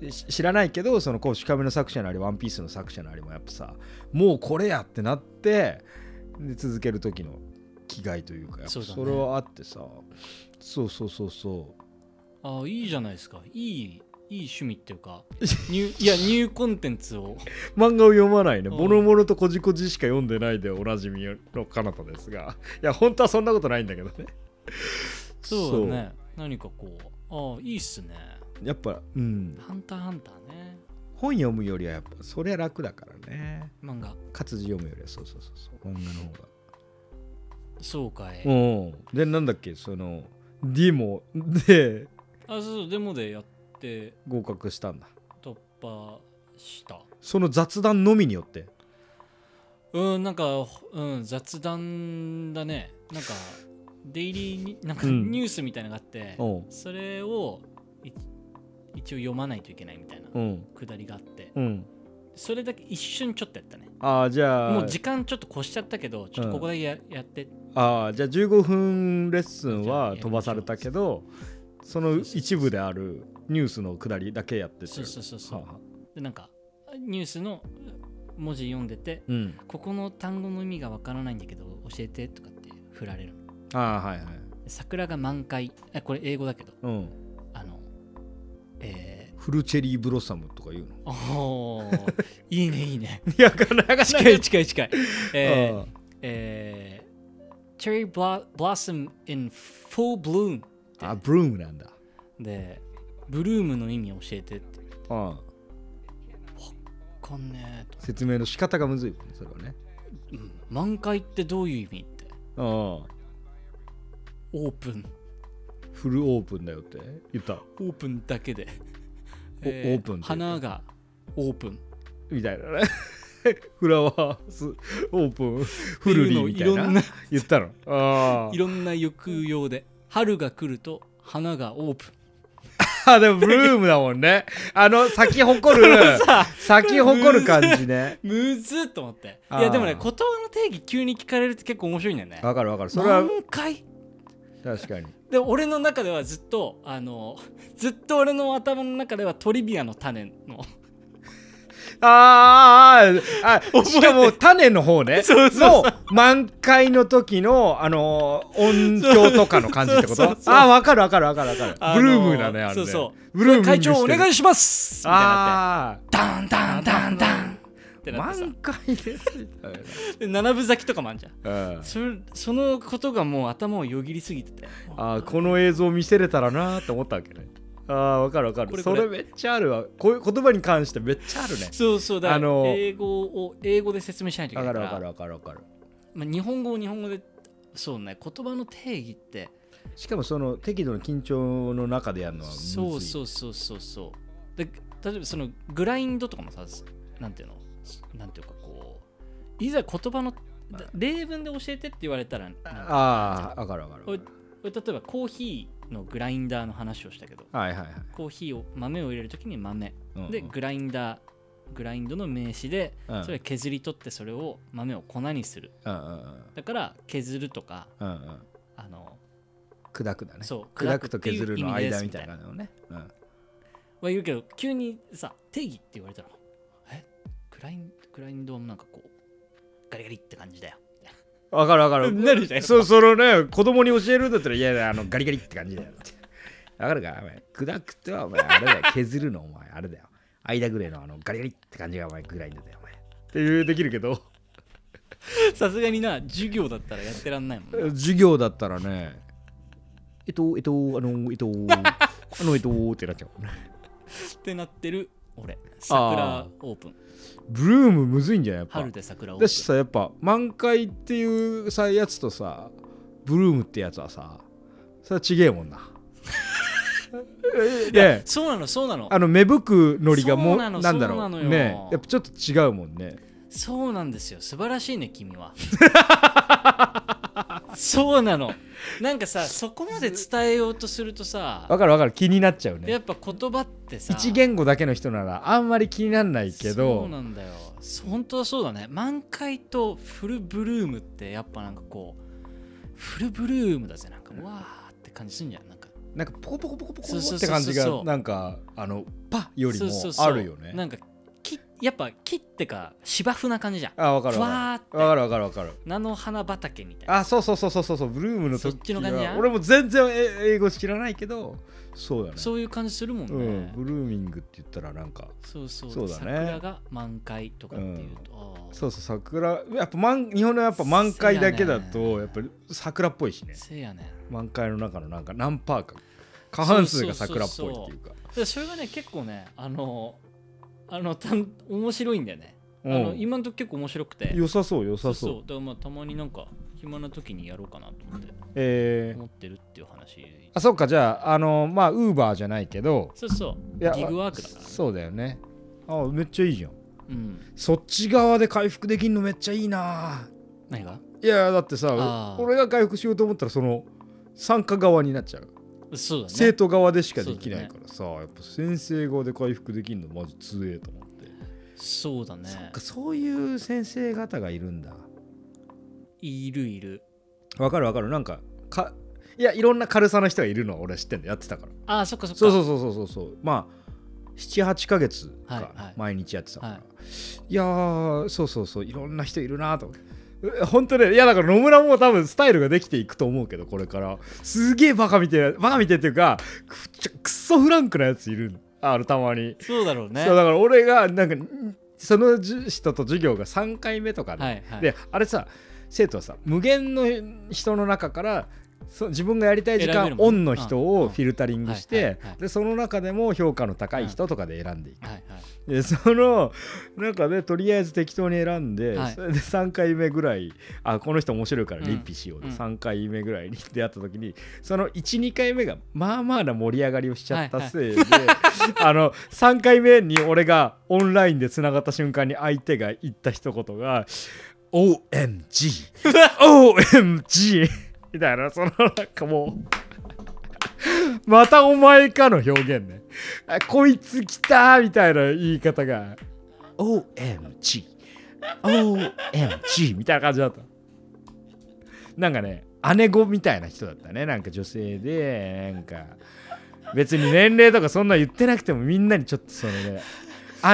S4: うん、し知らないけどそのこうしかめの作者なり「ワンピースの作者なりもやっぱさもうこれやってなってで続ける時の気概というかやっぱ
S5: そうだね
S4: それはあってさそう,、そうそうそう
S5: あいいじゃないですかいいいい趣味っていう かニューいやニューコンテンツを
S4: 漫画を読まないね、
S5: うん
S4: ボロボロとこじこじしか読んでないでおなじみの彼方ですが、いや、本当はそんなことないんだけどね。
S5: そうだね何かこうあいいっすね
S4: そう。やっぱ、うん、
S5: ハンターハンターね
S4: 本読むよりはやっぱ、そりゃ楽だからね。
S5: 漫画
S4: 活字読むよりは、そうそうそうそう、漫画の方が。
S5: そうかい
S4: うん。で、なんだっけ、その、D も、で、
S5: あそうデモでやって
S4: 合格したんだ。
S5: 突破した
S4: その雑談のみによって。
S5: うんなんか、うん、雑談だねなんかデイリーになんか
S4: うん
S5: ニュースみたいなのがあって、
S4: うん。
S5: それをい一応読まないといけないみたいな
S4: うん。
S5: くだりがあって
S4: うん。
S5: それだけ一瞬ちょっとやったね
S4: ああ、じゃあ、
S5: もう時間ちょっと越しちゃったけどちょっとここだけや,、やって
S4: ああじゃあ15分レッスンは飛ばされたけどその一部であるニュースの下りだけやってて
S5: そうそうそうそう
S4: はあはあ
S5: でなんかニュースの文字読んでて
S4: うん
S5: ここの単語の意味がわからないんだけど教えてとかって振られるの
S4: ああはいはい
S5: 桜が満開あこれ英語だけど
S4: うん
S5: あのえ
S4: フルチェリーブロッサムとか言うの
S5: ー、おーいいねい いね
S4: いやなかな
S5: 近い近い近いえ ー
S4: あ、
S5: えー、Cherry blo- Blossom in Full Bloom
S4: ああブルームなんだ
S5: でブルームの意味教えてって
S4: ああ
S5: こんねえと
S4: 説明の仕方がむずいよねそれはね
S5: うん満開ってどういう意味って
S4: ああ
S5: オープン
S4: フルオープンだよって言った
S5: オープンだけで、
S4: オープンって
S5: 花がオープンっ
S4: みたいなね フラワースオープン
S5: て
S4: フル
S5: い
S4: リ
S5: うの
S4: ー
S5: を
S4: み
S5: い
S4: た
S5: ろ
S4: い
S5: ん
S4: な
S5: な
S4: 言ったのああ
S5: いろんな抑揚で春が来ると花が オープン
S4: あ、でもブルームだもんね。あの、咲き 誇る、咲き誇る感じね。
S5: むずっと思ってい
S4: あ
S5: や
S4: ー
S5: でもね言葉の定義急に聞かれるって結構面白いんだよね
S4: わかるわかる。それは
S5: 満開
S4: 確かに。
S5: で俺の中ではずっとあの ずっと俺の頭の中ではトリビアの種 の
S4: あーあー、あーあ、しかも種の方ね。の満開の時の、あのー、音響とかの感じってこ
S5: そう
S4: と
S5: そうそう
S4: あー、わかるわかるわかるわかる。ブルームだね、あれね。
S5: そうそう
S4: ブルーム
S5: 会長お願
S4: し
S5: いしますみたいになっ
S4: あ
S5: てダンダンダンダンって
S4: ー
S5: なってさ
S4: 満開ですみたい
S5: で七分咲きとかもあんじゃん
S4: な。うん
S5: それそのことがもう頭をよぎりすぎてて
S4: あーこの映像見せれたらなーって思ったわけね。ああ、わかるわかる
S5: これこ
S4: そ
S5: れ
S4: れめっちゃあるわ。こういう言葉に関してめっちゃあるね。
S5: そうそうだ、
S4: あの
S5: 英語を英語で説明しないといけ
S4: わ
S5: な
S4: か
S5: いか
S4: る
S5: ら
S4: わかるわかるわかる。
S5: まあ、日本語を日本語でそうね言葉の定義って
S4: しかもその適度な緊張の中でやるのはむずい。
S5: そうそうそうそうそうで例えばそのグラインドとかもさなんていうのなんていうかこういざ言葉のだ例文で教えてって言われたらなんか
S4: ああ、わかるわかるわかる。
S5: 例えばコーヒーのグラインダーの話をしたけど
S4: はいはいはい。
S5: コーヒーを豆を入れるときに豆
S4: うんうん
S5: でグラインダーグラインドの名詞で
S4: うん
S5: それを削り取ってそれを豆を粉にする
S4: うんうんうん
S5: だから削るとか
S4: うんうん。
S5: あの
S4: 砕くだね。
S5: そう
S4: 砕くと削るの間みたい
S5: 砕
S4: なのね。うん
S5: は言うけど急にさ定義って言われたらえグライングラインドはなんかこうガリガリって感じだよ
S4: わかるわかる。
S5: なるじゃん
S4: そう、そのね、子供に教えるんだったら、いやいや、あのガリガリって感じだよって。わかるかお前砕くっては、お前、あれだよ。削るの、お前、あれだよ。間ぐらいのあのガリガリって感じが、お前、グラインドだよ、お前。っていう、できるけど。
S5: さすがにな授業だったらやってらんないもんね
S4: 授業だったらね、えっと、えっと、あの、えっ と、あの、えっと、ってなっちゃう。
S5: ってなってる俺桜オープン
S4: ブルームむずいんじゃないやっぱ
S5: 春。で桜オ
S4: だし
S5: ープン
S4: さ、やっぱ、満開っていうさ、やつとさ、ブルームってやつはさ、それはちげえ もんな。ね
S5: そうなのそうなの
S4: あの、芽吹くのりがも、
S5: そううなの
S4: なんだ
S5: そうな
S4: ろ
S5: の
S4: う。
S5: よ
S4: ねやっぱちょっと違うもんね。
S5: そうなんですよ素晴らしいね君 はそうなのなんかさそこまで伝えようとするとさ
S4: わかるわかる、気になっちゃう
S5: や
S4: ね
S5: っ。ぱ言葉ってさ
S4: 一言語だけの人なら、あんまり気にならないけ
S5: そ
S4: ど
S5: う、なんだよ本当はそうだね満開とフルブルームってやっぱなんかこうフルブルームだぜなんかわーって感じすんじゃんなんか
S4: なんかポコポコポコポコ
S5: そうそう
S4: っ
S5: そう
S4: て
S5: そう
S4: 感じがなんかあのパよりも
S5: そうそうそう
S4: あるよね。
S5: なんか切っやっぱ木ってか芝生な感じじゃん
S4: あわかる
S5: ふ
S4: わ
S5: わ
S4: かる
S5: ーって
S4: わかるわかるわかる
S5: 菜の花畑みたいな
S4: あそうそうそうそうそうそうブルームの
S5: そっ
S4: 時
S5: ちの感じや
S4: は俺も全然え英語知らないけどそうだね
S5: そういう感じするもんね、
S4: うん、ブルーミングって言ったらなんか
S5: そうそう
S4: そうだね
S5: 桜が満開とかっていうと、あー
S4: そうそう桜やっぱ満日本のやっぱ満開だけだ
S5: そう
S4: と
S5: やね
S4: やっぱり桜っぽいしね
S5: せやねん
S4: 満開の中のなんか何パーか過半数が桜っぽいっていうか
S5: でそれがね結構ねあのあのたん面白いんだよね、あの
S4: うん
S5: 今のとこ結構面白くて
S4: 良さそう良さそう
S5: だからまあたまになんか暇な時にやろうかなと思って
S4: えー
S5: 思ってるっていう話
S4: あそうかじゃああのまあウーバーじゃないけど
S5: そうそう
S4: いや
S5: ギグワークだから、ね、
S4: そうだよねあめっちゃいいじゃん
S5: うん
S4: そっち側で回復できんのめっちゃいいな
S5: 何が
S4: いやだってさ
S5: あー
S4: 俺が回復しようと思ったらその参加側になっちゃう
S5: そうだ
S4: 生
S5: ね
S4: 徒側でしかできないからさ、やっぱ先生側で回復できるのマジ強えと思って、
S5: そうだね
S4: そっかそういう先生方がいるんだ
S5: いるいる
S4: わかるわかるなんかかいやいろんな軽さの人がいるのは俺は知ってんだやってたから
S5: あーそっかそっか
S4: そうそうそうそうそうそうまあ78ヶ月
S5: はい
S4: か
S5: はい
S4: 毎日やってたから、
S5: はい
S4: いやーそうそうそういろんな人いるなと思ってえ本当ねいやだから野村も多分スタイルができていくと思うけどこれからすげえバカみてえなバカみてえっていうかくちょくっそフランクなやついるのあのたまに
S5: そうだろうね
S4: そうだから俺がなんかんそのじ人と授業が3回目とかで,、
S5: はいはい
S4: であれさ生徒はさ無限の人の中からそ自分がやりたい時
S5: 選べ
S4: 間
S5: るも
S4: オ
S5: んね
S4: ンの人
S5: うんう
S4: を
S5: ん
S4: フィルタリングし
S5: はいはい
S4: て
S5: はい
S4: でその中でも評価の高い人とかで選んでいく、
S5: はいはい
S4: でその中でとりあえず適当に選んで,、
S5: はい
S4: それで3回目ぐらいあこの人面白いからリピしようで、
S5: うんうん
S4: 3回目ぐらいに出会った時にその12回目がまあまあな盛り上がりをしちゃったせいで、 あの3回目に俺がオンラインでつながった瞬間に相手が言った一言が「OMG」「OMG」みたいなそのなんかもう。またお前かの表現ね。あこいつ来たーみたいな言い方が OMG OMG みたいな感じだったなんかね姉子みたいな人だったねなんか女性でなんか別に年齢とかそんな言ってなくてもみんなにちょっとそのね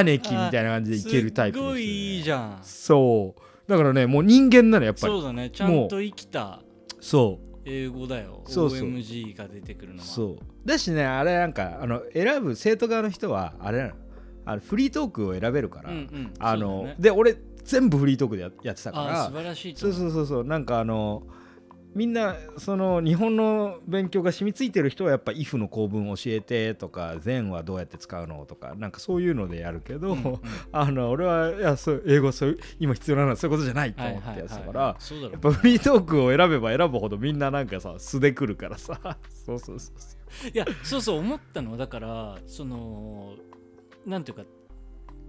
S4: 姉貴みたいな感じでいけるタイプ
S5: す
S4: の人
S5: ご
S4: でね
S5: いいいじゃん
S4: そうだからねもう人間なのやっぱ
S5: そう
S4: り
S5: だねちゃんと生きた
S4: そう
S5: 英語だよ
S4: そうそう
S5: OMG が出てくるのは
S4: そうだしねあれなんかあの選ぶ生徒側の人はあれなのあのフリートークを選べるから、
S5: うんうん
S4: あの
S5: そうだね
S4: で俺全部フリートークでややってたか
S5: あー
S4: ら
S5: 素晴らしいと
S4: そう
S5: 思う
S4: そうそうそうなんかあのみんなその日本の勉強が染みついてる人はやっぱ「if」の構文教えてとか「前はどうやって使うのとかなんかそういうのでやるけど、
S5: うんうん
S4: あの俺はいやそう英語そういう今必要なのはそういうことじゃないと
S5: はい
S4: 思っ
S5: はい
S4: て
S5: は
S4: や
S5: い
S4: ってたから、
S5: そうだろ
S4: や
S5: う
S4: っぱフリートークを選べば選ぶほどみんななんかさ素でくるからさそうそうそうそう
S5: いやそうそう思ったのはだからそのなんていうか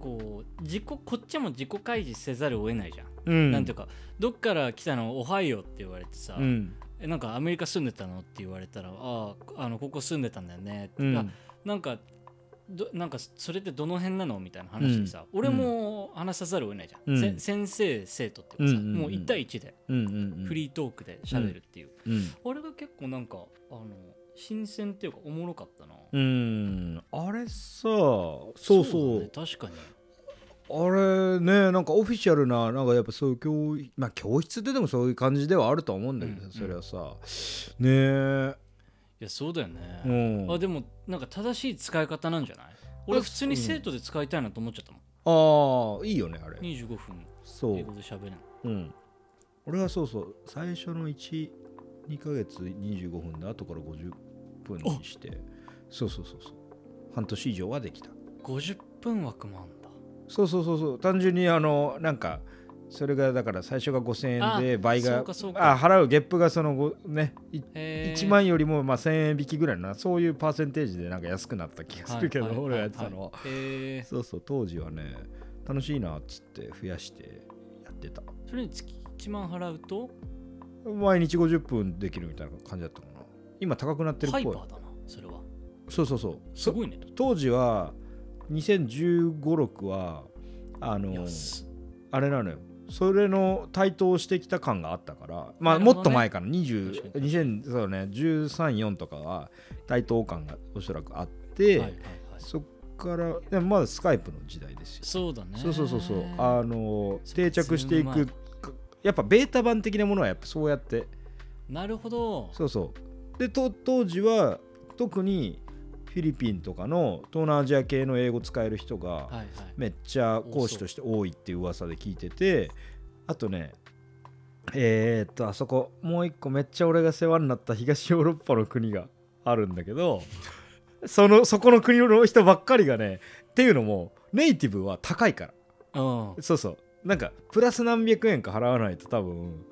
S5: こう自己こっちも自己開示せざるを得ないじゃん、
S4: うん
S5: なんていうかどっから来たのおはようって言われてさ、
S4: うん
S5: えなんかアメリカ住んでたのって言われたらあああのここ住んでたんだよね、
S4: う
S5: あ
S4: ん
S5: なんかどなんかそれってどの辺なのみたいな話でさ、俺も話さざるを得ないじゃん、
S4: うん
S5: せ先生生徒っていうかさ、
S4: うんうんうん
S5: もう1対1で
S4: うんうん
S5: フリートークで喋るっていう、
S4: うん
S5: あれが結構なんかあの新鮮っていうかおもろかったな、
S4: うんあれさそうそう
S5: だね確かに
S4: あれねなんかオフィシャルななんかやっぱそういう教いまあ教室ででもそういう感じではあるとは思うんだけど、
S5: うん
S4: それはさねえ
S5: いやそうだよね、
S4: うん
S5: あでもなんか正しい使い方なんじゃない俺普通に生徒で使いたいなと思っちゃったもん、
S4: ああいいよねあれ
S5: 25分
S4: そ
S5: 英
S4: う
S5: 語で喋るの
S4: うん、俺はそうそう最初の12ヶ月25分で後から50分にしてそうそうそうそう半年以上はできた
S5: 50分枠もあんだ
S4: そうそうそうそう単純にあのなんかそれがだから最初が5000円で
S5: あ
S4: 倍が
S5: そうかそうか
S4: あ払うゲップがそのごねい
S5: へー
S4: 1万円よりもまあ1000円引きぐらいのなそういうパーセンテージでなんか安くなった気がするけど、
S5: はいはい
S4: 俺がやってたのは、
S5: はいはいへー
S4: そうそう当時はね楽しいなっつって増やしてやってた
S5: それに月1万払うと
S4: 毎日50分できるみたいな感じだったかな今高くなってるっ
S5: ハイパ
S4: ぽい
S5: ーだなそれは
S4: そうそうそう
S5: す
S4: そ
S5: ごいね
S4: 当時は201516はあの
S5: 安っ
S4: あれなのよそれの台頭してきた感があったからまあ
S5: なるほどね
S4: もっと前から
S5: 確か
S4: 20
S5: に
S4: 2000そうね134とかは台頭感がおそらくあって、
S5: はいはいはい
S4: そからでもまだスカイプの時代ですよ
S5: そうだね
S4: そうそうそうそうあの定着してい
S5: ズーム
S4: くやっぱベータ版的なものはやっぱそうやって
S5: なるほど
S4: そうそうでと当時は特にフィリピンとかの東南アジア系の英語使える人が
S5: はいはい
S4: めっちゃ講師として多いっていう噂で聞いててあとねえー、っとあそこもう一個めっちゃ俺が世話になった東ヨーロッパの国があるんだけどそのそこの国の人ばっかりがねっていうのもネイティブは高いから
S5: うん
S4: そうそうなんかプラス何百円か払わないと多分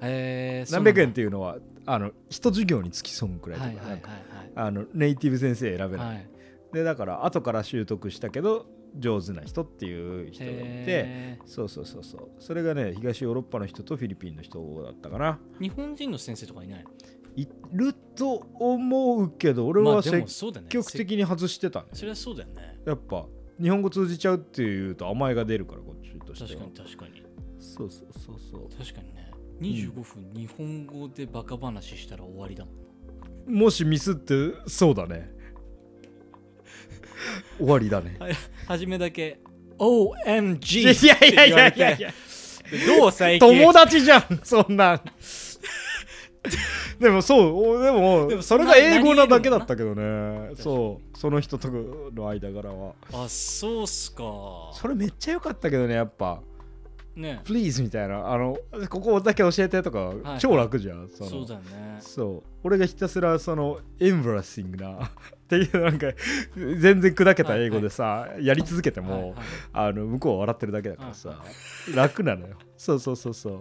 S5: えーそ
S4: 何
S5: うなん
S4: 百
S5: だ
S4: 円っていうのはあの一授業につきそんくらいと
S5: は
S4: か
S5: い
S4: な
S5: はいは
S4: ん
S5: い
S4: かあのネイティブ先生選べない、
S5: はいはい
S4: でだから後から習得したけど上手な人っていう人がいて
S5: へ
S4: そうそうそうそうそれがね東ヨーロッパの人とフィリピンの人だったかな
S5: ー日本人の先生とかいないの
S4: いると思うけど俺
S5: まあ
S4: は
S5: でも
S4: 積
S5: そうだね
S4: 極的に外してたね
S5: せそれはそうだよね
S4: やっぱ日本語通じちゃうっていうと甘えが出るからこっちとして
S5: 確
S4: は
S5: かに確かに
S4: そうそうそうそう
S5: 確かにね25分日本語でバカ話したら終わりだもん
S4: もしミスってそうだ ね終わりだね
S5: 初めだけ OMG
S4: いやいやいやいやいや
S5: どう最近
S4: 友達じゃんそん なんでもそうおでも
S5: でも
S4: それが英語な
S5: な
S4: だけだったけどねそうその人との間柄は
S5: あそうっすか
S4: それめっちゃ良かったけどねやっぱ
S5: ね
S4: 「please」みたいなあの「ここだけ教えて」とか
S5: い
S4: 超楽じゃん、その
S5: そうだよね
S4: そう俺がひたすらそのエンブラッシングなっていうなんか全然砕けた英語でさ、やり続けても、
S5: はいはい
S4: あの向こうは笑ってるだけだからさ、楽なのよそうそうそうそう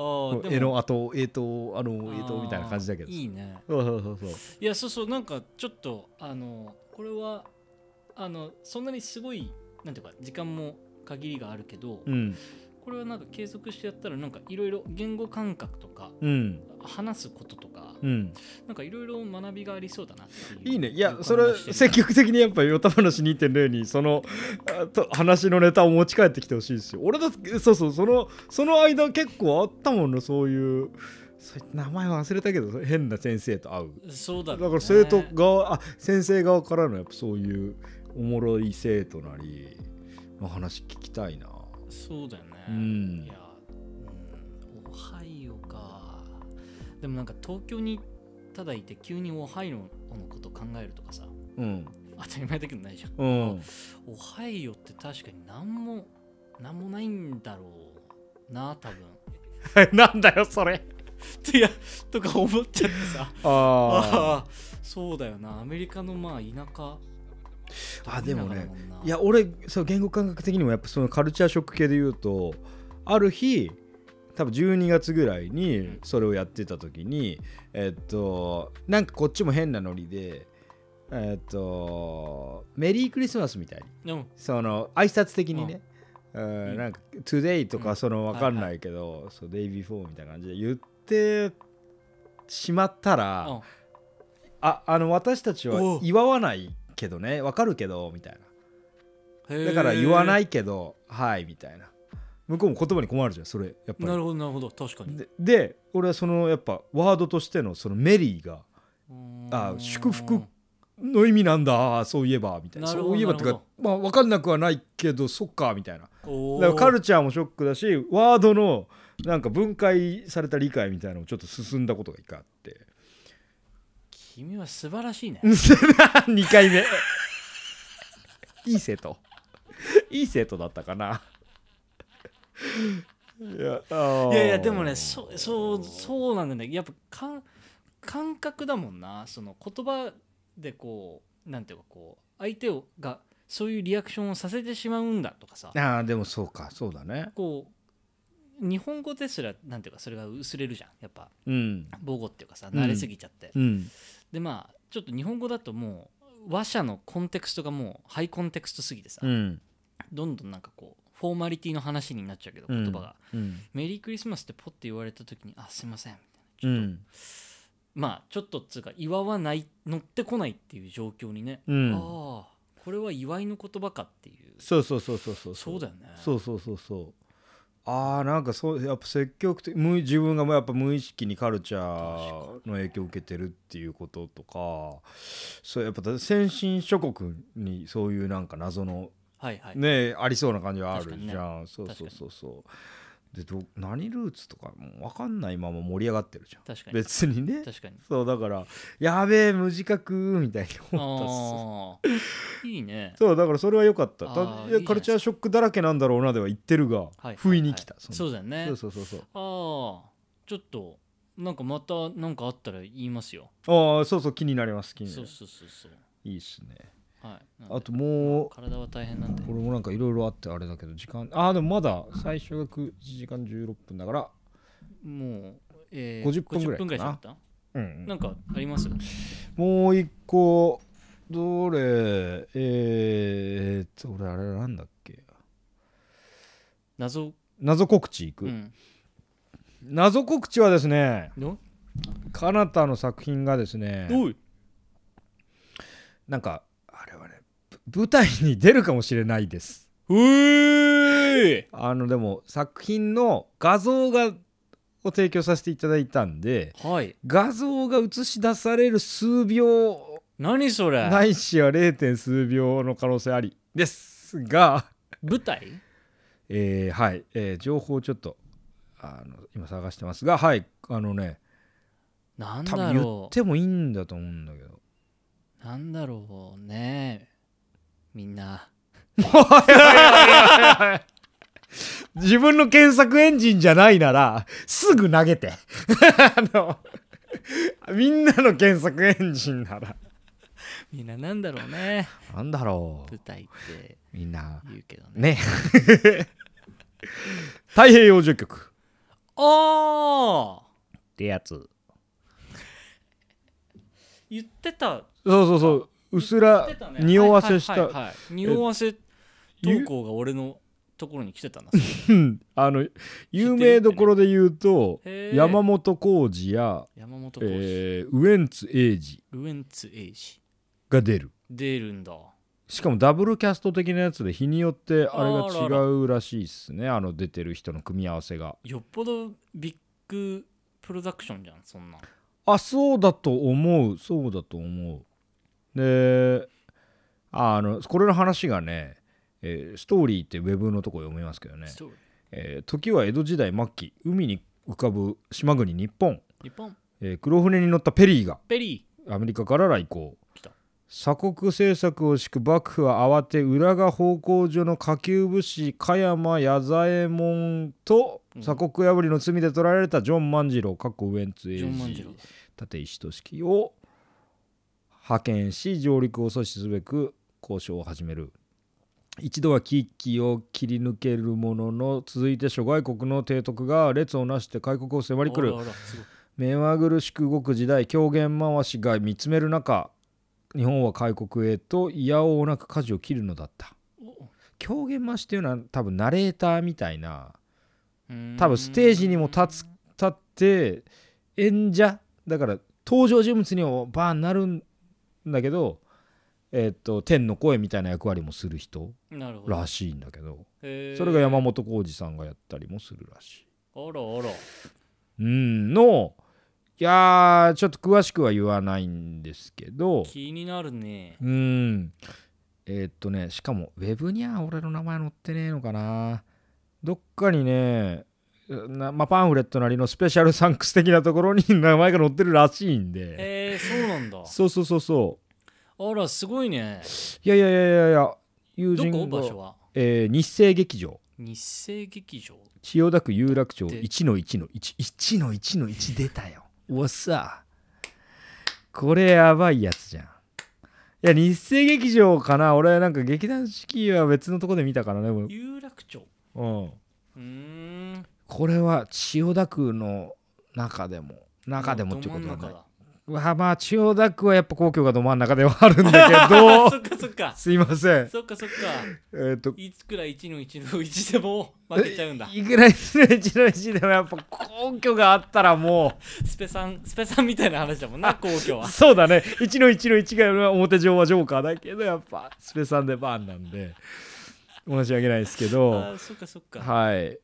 S5: あーでも
S4: えのあとえーとあのえーと
S5: あー
S4: みたいな感じだけど
S5: いいね
S4: そうそうそうそう
S5: いやそうそうなんかちょっとあのこれはあのそんなにすごいなんていうか時間も限りがあるけど、
S4: うん
S5: これはなんか継続してやったらなんかいろいろ言語感覚とか
S4: うん
S5: 話すこととか、
S4: うん
S5: なんかいろいろ学びがありそうだなっていう
S4: いいねいうや
S5: 感じ
S4: それ
S5: がしてる
S4: 積極的にやっぱヨタ話2.0にそのあと話のネタを持ち帰ってきてほしいですよ俺だってそうそうそのその間結構あったもんねそういうそう名前忘れたけど変な先生と会う
S5: そうだ
S4: だ
S5: ろう
S4: か
S5: ね
S4: ら生徒側あ先生側からのやっぱそういうおもろい生徒なりの話聞きたいな
S5: そうだよね。
S4: うん
S5: いや、うん、オハイオか。でもなんか東京にただいて急にオハイオのこと考えるとかさ、
S4: うん
S5: 当たり前だけどないじゃん。
S4: うん
S5: オハイオって確かになんも、なんもないんだろうな、多分。
S4: なんだよそれ
S5: いや、とか思っちゃってさ。
S4: あ
S5: ああ、そうだよな。アメリカのまあ田舎。
S4: あでもね
S5: ど田舎だもんない
S4: や俺そう言語感覚的にもやっぱそのカルチャーショック系で言うとある日多分12月ぐらいにそれをやってた時にえっとなんかこっちも変なノリでえっとメリークリスマスみたいに
S5: でも、
S4: その挨拶的にね、うん
S5: うん
S4: なんか「today」と
S5: う
S4: か
S5: ん
S4: その分かんないけど「そう day before」みたいな感じで言ってしまったら、
S5: うん
S4: ああの私たち
S5: お
S4: は
S5: う
S4: 祝わないけどね分かるけどみたいな
S5: へえ
S4: だから言わな。いけど「はい」みたいな向こうも言葉に困るじゃんそれやっぱり
S5: なるほど、なるほど。確かに。
S4: でで俺はそのやっぱワードとしてのそのメリーが
S5: うーん
S4: あ祝福の意味なんだそういえばみたいな
S5: なるほど
S4: そういえばっていう
S5: な
S4: か
S5: る
S4: まあ分かんなくはないけどそっかみたいな
S5: おー
S4: だからカルチャーもショックだしワードのなんか分解された理解みたいなのもちょっと進んだことが一回あって
S5: 君は素晴らしいね。
S4: 2回目いい生徒いい生徒だったかないやあー
S5: いやいやでもねそうそうそうなんだねやっぱ感感覚だもんなその言葉でこうなんていうかこう相手をがそういうリアクションをさせてしまうんだとかさ
S4: あーでもそうかそうだね
S5: こう日本語ですらなんていうかそれが薄れるじゃんやっぱ
S4: うん
S5: 母語っていうかさ
S4: うん
S5: 慣れすぎちゃって、
S4: うん
S5: でまあちょっと日本語だともう話者のコンテクストがもうハイコンテクストすぎてさ、
S4: うん
S5: どんどんなんかこうフォーマリティの話になっちゃうけど
S4: うん
S5: 言葉が、
S4: うん
S5: メリークリスマスってポッて言われた時にあすいませんみたいな
S4: うん
S5: まあちょっとっつうか祝わない乗ってこないっていう状況にね、
S4: うん
S5: ああこれは祝いの言葉かっていう
S4: そうそうそうそうそう
S5: そうだよね
S4: そうそうそうそうあーなんかそうやっぱ積極的無自分がもうやっぱ無意識にカルチャーの影響を受けてるっていうこととかそうやっぱ先進諸国にそういうなんか謎の
S5: はいはい、
S4: ねありそうな感じはあるじ
S5: 確
S4: ゃん、そうそうそうそうでど何ルーツとかもう分かんないまま盛り上がってるじゃん
S5: 確かに
S4: 別にね
S5: 確かに
S4: そうだからやべえ無自覚みたいに 思ったっす
S5: ああいいね
S4: そうだからそれは良かった
S5: あ
S4: た
S5: ー
S4: いや
S5: いいじゃないですか
S4: カルチャーショックだらけなんだろうなでは言ってるが、
S5: はい
S4: 不意に来た、
S5: はいそう
S4: う
S5: だよね
S4: そうそうそうそう
S5: ああちょっとなんかまたなんかあったら言いますよ、
S4: ああそうそう気になります気にな
S5: そう
S4: る
S5: そうそうそう
S4: いいっすね
S5: はいなんで
S4: あともう
S5: 体は大変なんで
S4: 俺もなんかいろいろあってあれだけど時間ああでもまだ最初が1時間16分だから
S5: もう、え
S4: 50分ぐらいかな
S5: 50分ぐらいしまった
S4: うん、うん
S5: なんかあります
S4: もう一個どれえー、っと俺あれなんだっけ
S5: 謎
S4: 謎告知いく、
S5: うん
S4: 謎告知はですね
S5: の
S4: かなたの作品がですね
S5: おい
S4: なんかあれはねぶ舞台に出るかもしれないです
S5: うえ
S4: あのでも作品の画像がを提供させていただいたんで
S5: ーはい
S4: 画像が映し出される数秒
S5: 何それ
S4: ないしは 0. 点数秒の可能性ありですが、
S5: 舞台
S4: えーはい、えー情報をちょっとあの今探してますがはいあのね
S5: なん
S4: 多
S5: だ
S4: 分言っ
S5: ろ
S4: てもいいんだと思うんだけど
S5: うなんだろうねみんな
S4: 自分の検索エンジンじゃないならすぐ投げて あのみんなの検索エンジンなら
S5: みんななんだろうね
S4: なんだろ
S5: 舞台って
S4: うみんな
S5: 言うけどね
S4: ね太平洋序曲
S5: ああ
S4: ってやつ
S5: 言ってた
S4: そうそうそううす
S5: 言っ
S4: ら
S5: てたね
S4: 匂わせし
S5: はいはいは
S4: た
S5: いはい匂わせ投稿が俺のところに来て たな
S4: うんあの有名どころで言うと
S5: へー
S4: 山本浩二や、
S5: 山本浩二
S4: えーウエンツ瑛士
S5: ウエンツエイジ
S4: が出る
S5: 出るんだ
S4: しかもダブルキャスト的なやつで日によってあれが
S5: あ
S4: 違
S5: らら
S4: うらしいっすねあの出てる人の組み合わせが
S5: よっぽどビッグプロダクションじゃんそんなん
S4: あそうだと思うそうだと思うでああのこれの話がね、えーストーリーってウェブのとこ読めますけどね、
S5: ストーリー
S4: えー時は江戸時代末期海に浮かぶ島国日本、
S5: 日本
S4: えー黒船に乗ったペリーが
S5: ペリ
S4: アメリカから来航
S5: 来た
S4: 鎖国政策を敷く幕府は慌て浦賀奉公所の下級武士加山弥左衛門と
S5: うん
S4: 鎖国破りの罪で捕らえられたジョン万次郎かっこウエンツ
S5: ー
S4: 英
S5: ジョン万次
S4: 二
S5: 郎
S4: 立石俊樹を派遣し上陸を阻止すべく交渉を始める一度は危機を切り抜けるものの続いて諸外国の提督が列をなして開国を迫り来る
S5: あらあらすごい
S4: 目まぐるしく動く時代狂言回しが見つめる中日本は開国へといやおうなく舵を切るのだった
S5: お
S4: 狂言回しっていうのは多分ナレーターみたいな
S5: うーん
S4: 多分ステージにも立つ立って演者だから登場人物にもバーンなるんだけど、えっと天の声みたいな役割もする人
S5: なるほど
S4: らしいんだけど
S5: へー
S4: それが山本浩二さんがやったりもするらしい。
S5: あらあら
S4: うんのいやーちょっと詳しくは言わないんですけど
S5: 気になるね
S4: うんえーっとねしかもウェブには俺の名前載ってねえのかなどっかにねなまあ、パンフレットなりのスペシャルサンクス的なところに名前が載ってるらしいんで
S5: えー、そうなんだ
S4: そうそうそうそう
S5: あらすごいね
S4: いやいやいやいやいや友
S5: ど
S4: 人
S5: こ場
S4: が
S5: 所は
S4: えー日生劇場
S5: 日生劇場
S4: 千代田区有楽町
S5: で
S4: 1の1の11の1の1出たよおっさこれやばいやつじゃんいや日生劇場かな俺なんか劇団四季は別のとこで見たからね、もう
S5: 有楽町
S4: うん、
S5: うーん
S4: これは千代田区の中でも中でもってことは
S5: ど
S4: な
S5: 真
S4: んい
S5: 中
S4: まあまあ千代田区はやっぱ皇居がど真ん中ではあるんだけ
S5: だあ
S4: ど
S5: そっかそっか
S4: すいません
S5: そっかそっか
S4: えっ、と
S5: いつくら1の1の1でも負けちゃうんだ
S4: いくら一の一の一でもやっぱ皇居があったらもう
S5: スペさんスペさんみたいな話だもんな皇居は
S4: そうだね1の1の1が表上はジョーカーだけどやっぱスペさんでバーンなんで申し訳ないですけど
S5: あそっかそっか
S4: はい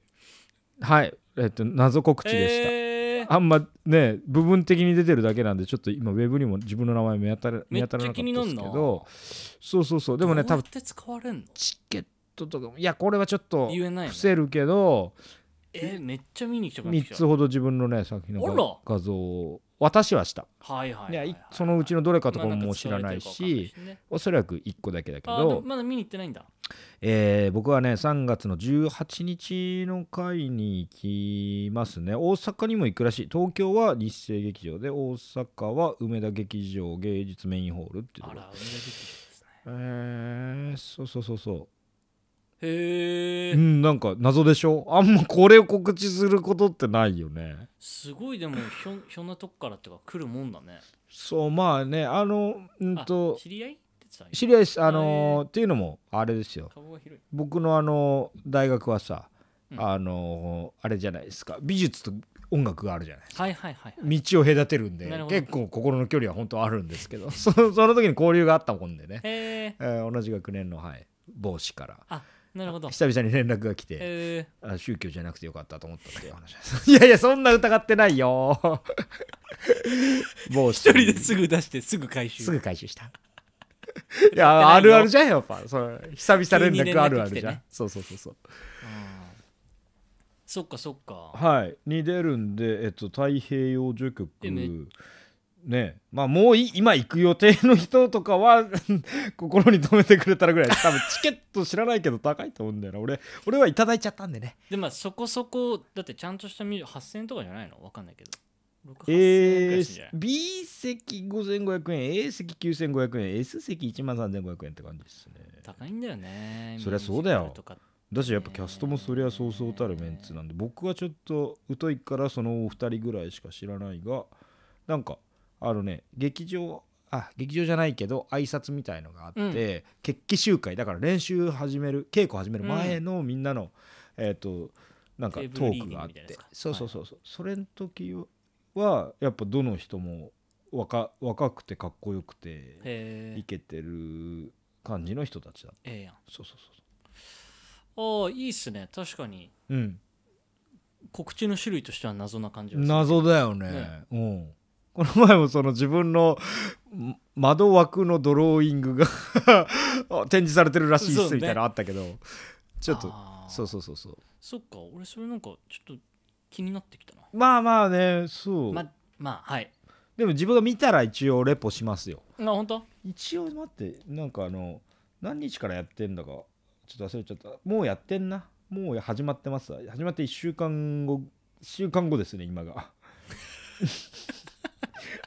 S4: はいえっと謎告知でした、
S5: えー
S4: あんまね部分的に出てるだけなんでちょっと今ウェブにも自分の名前見当たら見
S5: めっ
S4: 当
S5: ち
S4: たら
S5: ゃ
S4: なかっ
S5: 気
S4: た
S5: に
S4: ん
S5: な
S4: で
S5: ん
S4: すけ
S5: な
S4: どそうそうそうでもね
S5: ど
S4: 多
S5: うや
S4: 分
S5: って使われんの
S4: チケットとかもいやこれはちょっと
S5: 言えないよね
S4: 伏せるけど、
S5: えめっちゃ見に来たくなってき
S4: 3
S5: た
S4: つほど自分のね作品
S5: あら
S4: の画像を渡しはした
S5: はいはい
S4: いや
S5: はい
S4: いそのうちのどれかとか
S5: ま
S4: も
S5: あ
S4: もう
S5: か
S4: 知
S5: 使わ
S4: ら
S5: れ
S4: な
S5: て
S4: い
S5: るかわかんな
S4: し
S5: いしね
S4: おそらく1個だけだけ
S5: あでも
S4: ど、
S5: まだ見に行ってないんだ
S4: えー僕はね3月の18日の回に行きますね大阪にも行くらしい東京は日生劇場で大阪は梅田劇場芸術メインホールっていうと
S5: あ
S4: ころ
S5: ら同じですね
S4: えー、そうそうそうそうう
S5: へえ
S4: んなんか謎でしょあんまこれを告知することってないよね
S5: すごいでもひょひょんなとこからっていうか来るもんだね
S4: そうまあねあのうん
S5: あ
S4: と
S5: 知り合いってさ
S4: 知り合いですあのーっていうのもあれですよ
S5: 顔が広い
S4: 僕のあの大学はさ、
S5: うん
S4: あのあれじゃないですか美術と音楽があるじゃない
S5: はいはいはいはい
S4: 道を隔てるんで
S5: なるほど
S4: 結構心の距離は本当あるんですけど そのその時に交流があったもんでね、
S5: へえ
S4: えー同じ学年の、はい、帽子から
S5: あなるほど
S4: 久々に連絡が来て、
S5: へえ
S4: あ宗教じゃなくてよかったと思ったっていう話です いやいやそんな疑ってないよ 帽子
S5: 一人ですぐ出してすぐ回収
S4: すぐ回収した。い や、あるあるじゃん、やっぱ。それ久々連絡あるある
S5: 急に連絡来て
S4: じゃん
S5: ね。
S4: そうそうそうそう。
S5: うんそっかそっか
S4: はい。に出るんで、えっと、太平洋序曲
S5: えめ。
S4: ねまあもうい今行く予定の人とかは 心に留めてくれたらぐらい多分チケット知らないけど高いと思うんだよな俺俺はいただいちゃったんでね
S5: でまあそこそこだってちゃんとしたミュージ8000円とかじゃないのわかんないけど6 8 0 0円くら
S4: え
S5: いすんじゃ
S4: ー
S5: ない、、
S4: B 席5500円 A 席9500円 S 席1万3500円って感じですね
S5: 高いんだよね
S4: そりゃそうだよ
S5: ミュージカルとか
S4: だしやっぱキャストもそりゃそうそうたるメンツなんで僕はちょっと疎いからそのお二人ぐらいしか知らないがなんかあのね劇場あ劇場じゃないけど挨拶みたいのがあって、
S5: うん
S4: 決起集会だから練習始める稽古始める前のみんなの、えっ、となんか
S5: テーブ
S4: ト
S5: ルリー
S4: ー
S5: ディン
S4: ク
S5: グ
S4: があっ
S5: みたいな
S4: て
S5: やつか
S4: そうそうそうそうそれの時はやっぱどの人も若若くてかっこよくて
S5: へ
S4: イ
S5: え
S4: ケてる感じの人たちだった
S5: ええやんあ
S4: そうそうそう
S5: あいいっすね確かに
S4: そううん
S5: 告知の種類としては謎な感じがする
S4: 謎だよね
S5: ね
S4: うん、この前もその自分のん窓枠のドローイングが 展示されてるらしい
S5: そ
S4: っ
S5: うね
S4: すみたいなのあったけど、ちょっと
S5: あー
S4: そうそうそうそう
S5: そっか俺それなんかちょっと気になってきたな
S4: まあまあねそう、
S5: ままあはい
S4: でも自分が見たら一応レポしますよ
S5: あ本当
S4: 一応待ってなんかあの何日からやってんだかちょっと忘れちゃったもうやってんなもう始まってますわ始まって1週間後1週間後ですね今 が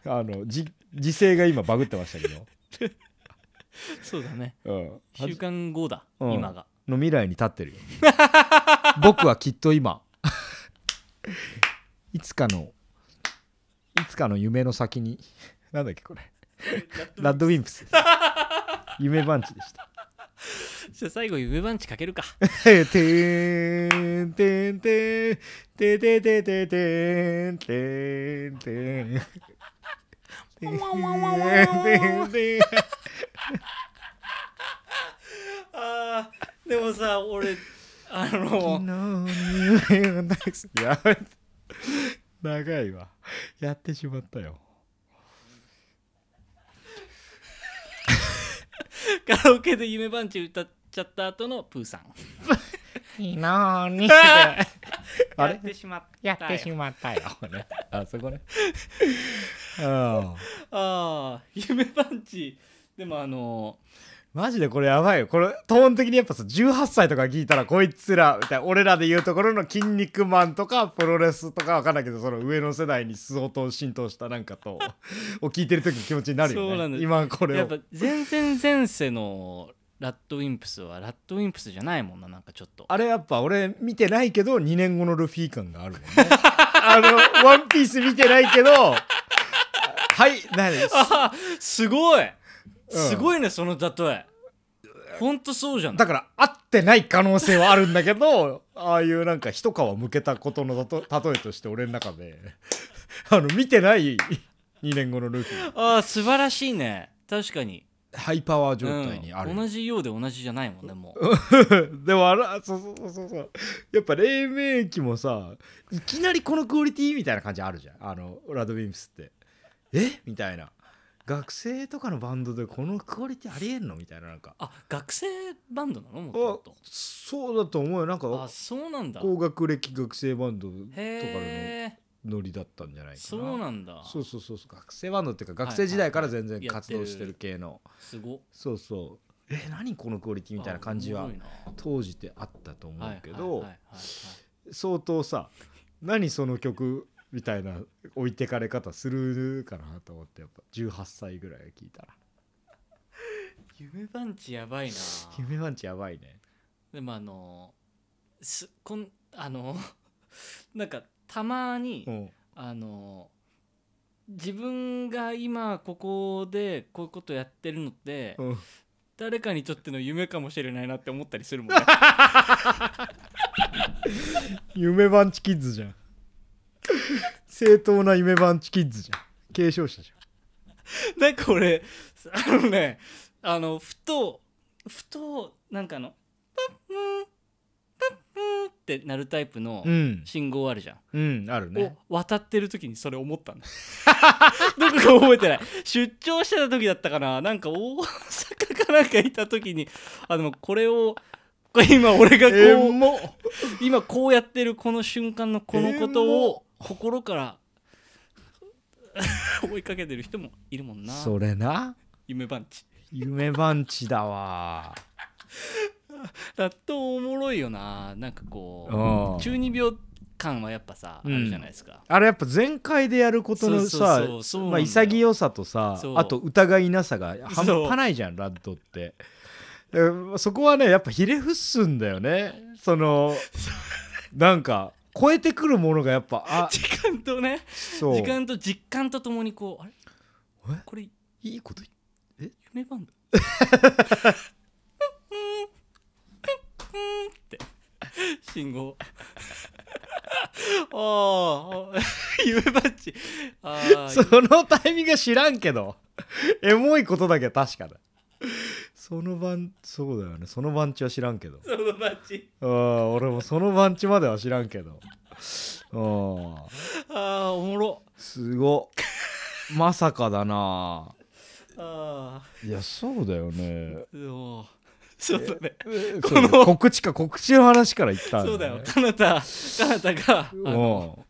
S4: あのじ時勢が今バグってましたけど、
S5: そうだ ね
S4: うん、はじ
S5: 週間後だ、
S4: うん
S5: 今が
S4: の未来に立ってる よ僕はきっと今いつかのいつかの夢の先になんだっけこれラッドウィンプス夢バンチでした
S5: じゃあ最後夢番地かけるか
S4: てーんてーんてーんてーてーてーてーてーんてーんてーんてーんてーんてーん
S5: あーでもさ俺あ
S4: 昨日
S5: の
S4: の夢をなくすやめて長いわやってしまったよ
S5: カラオケで夢番地歌っちゃった後のプーさん
S4: 昨日にあ
S5: やっ
S4: れ
S5: てしまった
S4: やってし
S5: ま
S4: まったよあそこねうん
S5: ああ夢番地でもあの
S4: マジでこれやばいよこれトーン的にやっぱさ18歳とか聞いたらこいつらみたいな俺らで言うところの「筋肉マン」とかプロレスとかわかんないけどその上の世代に相当浸透したなんかと を聞いてる時の気持ちになるよね
S5: そうなんです
S4: 今これ
S5: やっ
S4: を
S5: ぱ全然前世のラッドウィンプスはラッドウィンプスじゃないもんななんかちょっと
S4: あれやっぱ俺見てないけど2年後のルフィ感が あるもんねあの「ワンピース見てないけどはい何
S5: あすごい
S4: うん
S5: すごいねその例えほんとそうじゃん
S4: だから合ってない可能性はあるんだけどああいうなんか一皮むけたことのと例えとして俺の中で あの見てない2年後のルーキー
S5: ああ素晴らしいね確かに
S4: ハイパワー状態にある、
S5: うん同じようで同じじゃないもんねもう
S4: でもあらそうそうそうそうそうやっぱ黎明期もさいきなりこのクオリティみたいな感じあるじゃんあのラドウィンプスってえみたいな学生とかのバンドでこのクオリティありえんのみたいななんか
S5: あ学生バンドなのもとも
S4: あ
S5: と
S4: そうだと思うよなん
S5: あ
S4: か
S5: そうなんだ
S4: 高学歴学生バンドとかの
S5: へえ
S4: ノリだったんじゃないかな
S5: そうなんだ
S4: そうそうそうそう学生バンドっていうか学生時代から全然
S5: はいはいはい
S4: 活動してる系の
S5: すご
S4: そうそうえ何このクオリティみたいな感じ
S5: あお
S4: は
S5: もろいな
S4: 当時ってあったと思うけど、
S5: はいはいはいはい
S4: 相当さ何その曲みたいな置いてかれ方するかなと思ってやっぱ18歳ぐらい聞いたら
S5: 夢番地やばいな
S4: 夢マンチやばいね
S5: でもあのすこんあの なんかたまに、
S4: うん
S5: あの自分が今ここでこういうことやってるのって、
S4: うん
S5: 誰かにとっての夢かもしれないなって思ったりするも んね
S4: 夢番地キッズじゃん 正当な夢番地キッズじゃん継承者じ
S5: なんか俺あのねあのふとふとなんかあのパップンパップンってなるタイプの
S4: ゃんうん
S5: 信号あるじゃん、
S4: うんあるね
S5: を渡ってる時にそれ思ったんだどこか覚えてない出張してた時だったかななんか大阪かなんかいた時にあのこれをこれ今俺がこう、
S4: えも
S5: 今こうやってるこの瞬間のこのことを心から追いかけてる人もいるもんな
S4: それな
S5: 夢番地
S4: 夢番地だわ
S5: だとおもろいよななんかこ
S4: うん
S5: う中二病感はやっぱさ、あるじゃないですか
S4: あれやっぱ全開でやることのさ
S5: そうそうそうそうなん
S4: ま
S5: だ
S4: あ、
S5: よ
S4: 潔さとさ
S5: そう
S4: あと疑いなさが半端ないじゃんラッドってえそこはねやっぱひれ伏すんだよねそのなんか超えてくるものがやっぱあ
S5: 時間とね
S4: そう
S5: 時間と実感とともにこうあれ
S4: え
S5: これ
S4: いいこと言っ
S5: 夢バン ドって信号 ああ夢バッチああ
S4: そのタイミングは知らんけどエモいことだけは確かだその番そうだよねその番地は知らんけど
S5: そのバッチ
S4: うん俺もその番地までは知らんけどうん
S5: ああおもろ
S4: すごっまさかだな
S5: あ
S4: いやそうだよね
S5: あおーそうだね
S4: この告知か告知の話から言ったん
S5: そうだよかなたかなたがあ
S4: うん
S5: の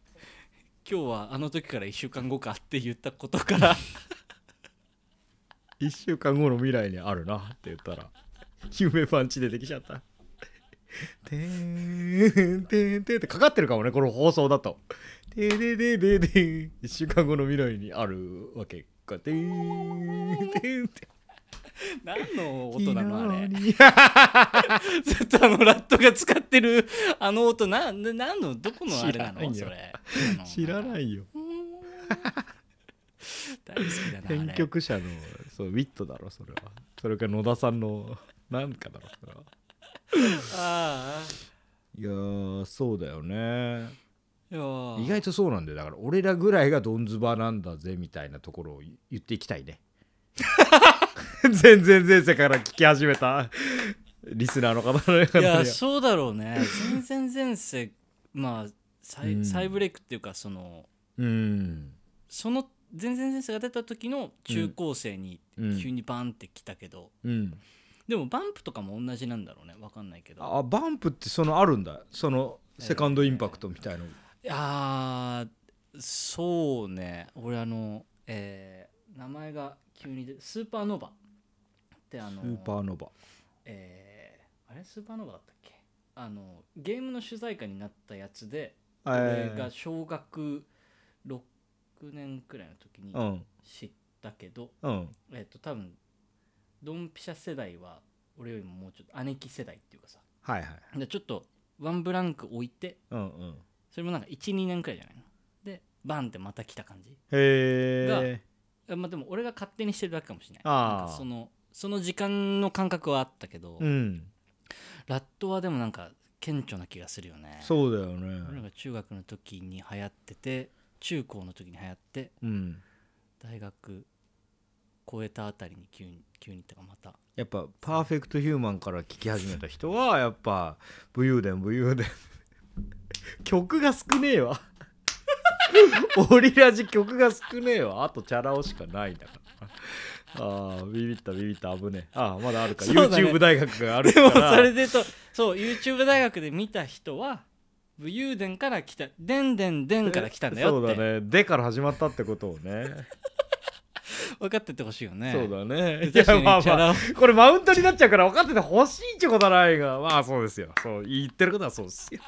S5: 今日はあの時から1週間後かって言ったことから
S4: 1週間後の未来にあるなって言ったら夢パンチ出てきちゃったてーんてーんてーんってかかってるかもねこの放送だとてーでーでーでーでー1週間後の未来にあるわけかてーんてーんて
S5: 何の音なのあれ
S4: 昨日に
S5: ずっとあのラットが使ってるあの音なな何のどこのあれ
S4: 知ら
S5: な
S4: ない
S5: の
S4: よ
S5: それ
S4: 知らないいよ
S5: 大好きだなあれ
S4: 編曲者のそうウィットだろそれはそれか野田さんのなんかだろそれは
S5: あ
S4: いやーそうだよね
S5: あいやー
S4: 意外とそうなんだよだから俺らぐらいがどんずばなんだぜみたいなところを言っていきたい ね全然前世から聞き始めたリスナーの方の
S5: いや
S4: 方に
S5: そうだろうね全然前世まあ再,、
S4: うん
S5: 再ブレイクっていうかその
S4: うん
S5: その全然前世が出た時の中高生に
S4: うん
S5: 急にバンって来たけど、
S4: うん
S5: でもバンプとかも同じなんだろうねわかんないけど
S4: あバンプってそのあるんだそのセカンドインパクトみたいない
S5: やーそうね俺あの、えー名前が急に出スーパーノヴァってあ
S4: ス
S5: の
S4: ーパーノバ
S5: えーあれスーパーノヴァだったっけあのゲームの主題歌になったやつで俺が小学6年くらいの時
S4: う
S5: に
S4: ん
S5: 知ったけど、
S4: うん
S5: えっ、と多分ドンピシャ世代は俺よりももうちょっと姉貴世代っていうかさ
S4: はいはい
S5: でちょっとワンブランク置いて
S4: うんうん
S5: それもなんか12年くらいじゃないのでバンってまた来た感じ
S4: へえ
S5: あまあでも俺が勝手にしてるだけかもしれない
S4: あー
S5: なんかそのその時間の感覚はあったけど、
S4: うん
S5: ラットはでもなんか顕著な気がするよね
S4: そうだよ
S5: 俺ら
S4: ね
S5: が中学の時に流行ってて中高の時に流行って
S4: うん
S5: 大学超えたあたりに急に急にってかま た
S4: やっぱパーフェクトヒューマンから聞き始めた人はやっぱ武勇伝武勇伝 曲が少ねえわオリラジ曲が少ねえわあとチャラ男しかないんだからあービビったビビった危ねえああまだあるか、
S5: そうだね
S4: YouTube 大学がある
S5: で
S4: か
S5: も
S4: ら
S5: それでとそう YouTube 大学で見た人は武勇伝から来たでんでんでんから来たんだよって
S4: そうだねでから始まったってことをね
S5: 分かっててほしいよね
S4: そうだね。
S5: 確かに
S4: いやまあ
S5: チャ
S4: ま
S5: ラ
S4: あ、これマウントになっちゃうから分かっててほしいってことはないが、まあそうですよ。そう言ってることはそうですよ。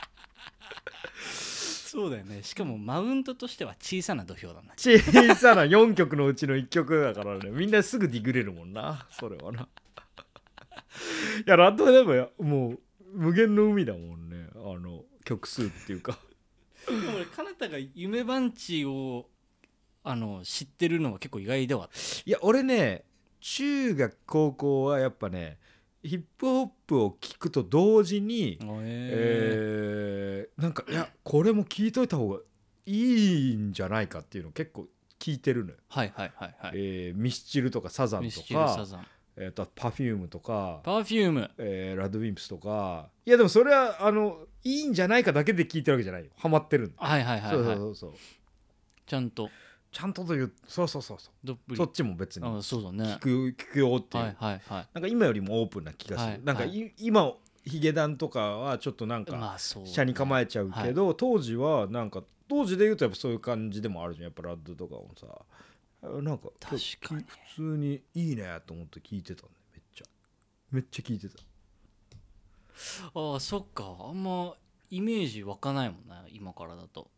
S5: そうだよねしかもマウントとしては小さな土俵だね
S4: 小さな4曲のうちの1曲だからね、みんなすぐディグれるもんな、それ はな。いや、なんとでもやもう無限の海だもんね、あの曲数っていうか。
S5: でも俺かなたが夢番地をあの知ってるのは結構意外ではあった
S4: いや、俺ね、中学、高校はやっぱね、ヒップホップを聴くと同時に、
S5: え
S4: えーなんかいやこれも聞いといた方がいいんじゃないかっていうのを結構聞いてるのよ、
S5: はいはいはいはい
S4: えーミスチルとかサザン
S5: ミ
S4: と
S5: スチルサ
S4: か
S5: ザン
S4: えーとパフュームとか、
S5: パーフューム
S4: えーラドウィンプスとかいやでもそれはあのいいんじゃないかだけで聞いてるわけじゃないよハマってるんだ、
S5: はいはいはい
S4: そう
S5: は
S4: そ
S5: いう
S4: そうそう
S5: ちゃんと
S4: ちゃんとというそうそうそうそ
S5: どっぷ
S4: う
S5: り
S4: そっちも別に
S5: あそうだね
S4: 聞く,、聞くよっていう、
S5: はいはいは
S4: なんか今よりもオープンな気がする、
S5: はい
S4: なんかい、
S5: は
S4: 今ヒゲダンとかはちょっとなん
S5: い
S4: か、
S5: まあそう
S4: 車に構
S5: え
S4: えちゃうけど、当時はなんか当時で言うとやっぱそういう感じでもあるじゃんやっぱラッドとかもさなんか
S5: 確かに
S4: き普通にいいねと思って聞いてたねめっちゃめっちゃ聞いてた
S5: ああそっかあんまイメージ湧かないもんね今からだと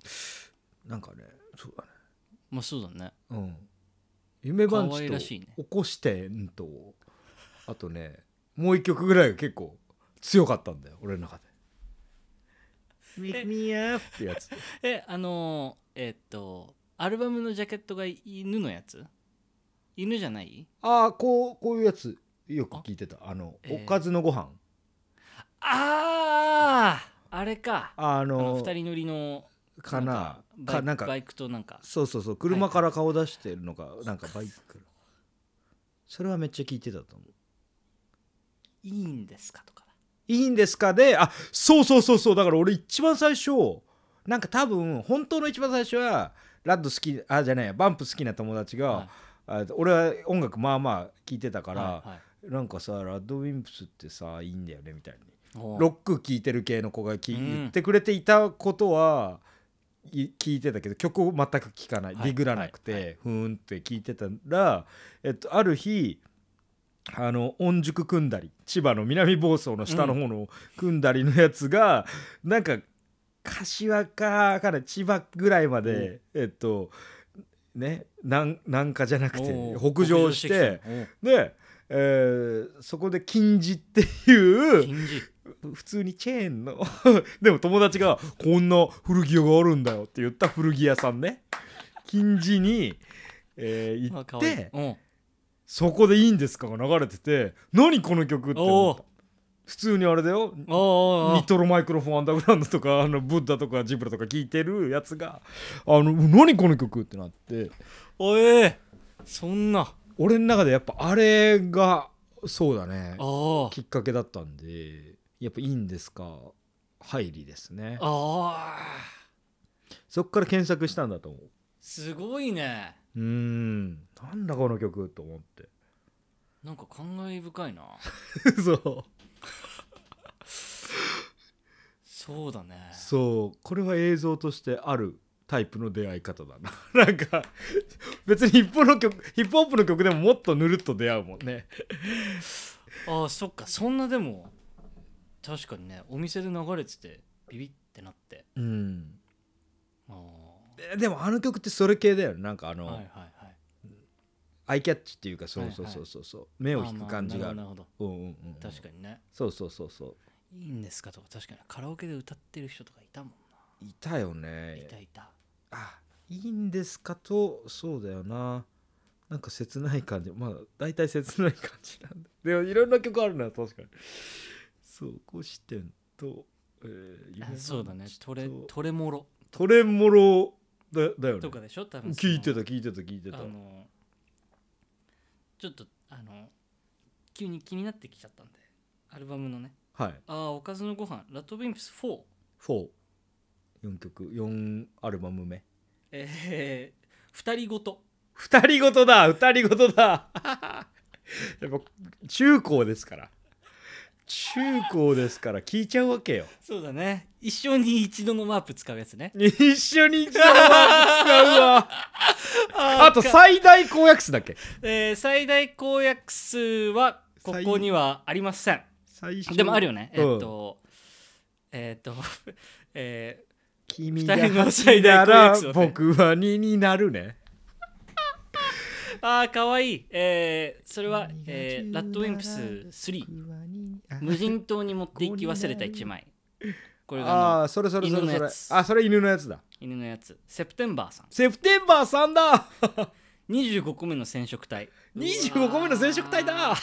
S4: なんかねそうだね
S5: まあそうだね
S4: うん夢番
S5: 可
S4: 地
S5: 愛
S4: と
S5: らしい
S4: 起
S5: ね
S4: こしてんと、あとねもう一曲ぐらいが結構強かったんだよ俺の中で「Wake me up」ってやつ
S5: えあのーえっとアルバムのジャケットが犬のやつ犬じゃない
S4: ああこうこういうやつよく聞いてたあの、
S5: えー
S4: おかずのご飯
S5: あああれか
S4: あ
S5: あ
S4: の
S5: の二人乗りの
S4: かな
S5: バイ
S4: か
S5: ク
S4: なんか
S5: バイクとなんか
S4: そうそうそう車から顔出してるのか、なんかバイクからそれはめっちゃ聞いてたと思う
S5: いいんですかとか
S4: いいんですかであそうそうそうそうだから俺一番最初なんか多分本当の一番最初はラッド好きあじゃないやバンプ好きな友達が、
S5: はい
S4: あ俺は音楽まあまあ聞いてたから、
S5: はいはい
S4: なんかさラッドウィンプスってさいいんだよねみたいに
S5: おー
S4: ロック聴いてる系の子がき
S5: うん
S4: 言ってくれていたことは、い聞いてたけど曲を全く聴かない、
S5: はい
S4: ディグらなくて、
S5: はい
S4: ふーんって聞いてたら、えっと、ある日あの御宿組んだり千葉の南房総の下の方の組んだりのやつが、なんか柏かから千葉ぐらいまで、えっとね南南下じゃなくて
S5: おー
S4: 北上して
S5: 北上して
S4: で、えーそこで金字っていう
S5: きた金字
S4: 普通にチェーンの でも友達が「こんな古着屋があるんだよ」って言った古着屋さんね近似に、えー
S5: あ
S4: 行
S5: 可
S4: っ
S5: 愛い
S4: て
S5: うん
S4: そこで「いいんですか?」が流れてて「何この曲?」って思った
S5: お
S4: 普通にあれだよ
S5: おーおーお
S4: ニ
S5: ー
S4: トロマイクロフォンアンダーグラウンドとかあのブッダとかジブラとか聴いてるやつが「あの何この曲?」ってなって
S5: おえーそんなあ
S4: 俺の中でやっぱあれがそうだね
S5: あー
S4: きっかけだったんでやっぱ「いいんですか?」入りですね
S5: あー
S4: そっから検索したんだと思う
S5: すごいね
S4: うーんなんだこの曲と思って
S5: なんか感慨深いな
S4: そう
S5: そうだね
S4: そうこれは映像としてあるタイプの出会い方だな なんか別にヒップの曲ヒップホップの曲でももっとぬるっと出会うもんね
S5: あーそっかそんなでも確かにねお店で流れててビビってなって
S4: うん
S5: あ
S4: えでもあの曲ってそれ系だよねなんかあ
S5: あ
S4: の、
S5: はいはいはい
S4: アイキャッチっていうかそ
S5: は
S4: う
S5: い
S4: そ
S5: は
S4: う
S5: い
S4: そうそうそう目を引く感じがあ
S5: あ
S4: る、
S5: ーまあなるほどなる
S4: うんうんうん
S5: ほど確かにね
S4: そうそうそうそう
S5: いいんですかとか確かにカラオケで歌ってる人とかいたもん
S4: いたよ
S5: な、い
S4: ね
S5: たいた
S4: あいいんですかとそうだよななんか切ない感じまあ大体切ない感じなんだ でもいろんな曲あるな確かにそう「こしてん」と「えー夢
S5: あそうだね
S4: ち
S5: トレ
S4: と
S5: トレモロ
S4: トレモロだだよね
S5: とかでしょ多分その
S4: 聞いてた聞いてた聞いてた
S5: あのちょっとあの急に気になってきちゃったんでアルバムのね
S4: はい
S5: ああおかずのご飯ラッドウィンプス4
S4: 44曲4アルバム目
S5: えー、二人ごと
S4: 二人ごとだ二人ごとだ やっぱ中高ですから中高ですから聞いちゃうわけよ
S5: そうだね一生に一度のマープ使うやつね
S4: 一緒に一緒に使うわ あと最大公約数だっけ
S5: えー、最大公約数はここにはありません
S4: 最初
S5: でもあるよね、
S4: うん
S5: えっとえっと え
S4: 君
S5: 二人
S4: が
S5: の最大公約数
S4: なら僕は2になるね
S5: ー、あーかわいい、えー、それは、えー、ラッドウィンプス3無人島に持って行き忘れた1枚 これがあ
S4: あ
S5: の
S4: あそれそれそれ
S5: 犬
S4: そ
S5: の
S4: れ
S5: やつ
S4: あそれ犬のやつだ
S5: 犬のやつセプテンバーさん
S4: セプテンバーさんだ
S5: 25個目の染色体
S4: 25個目の染色体
S5: うわ
S4: だ
S5: ー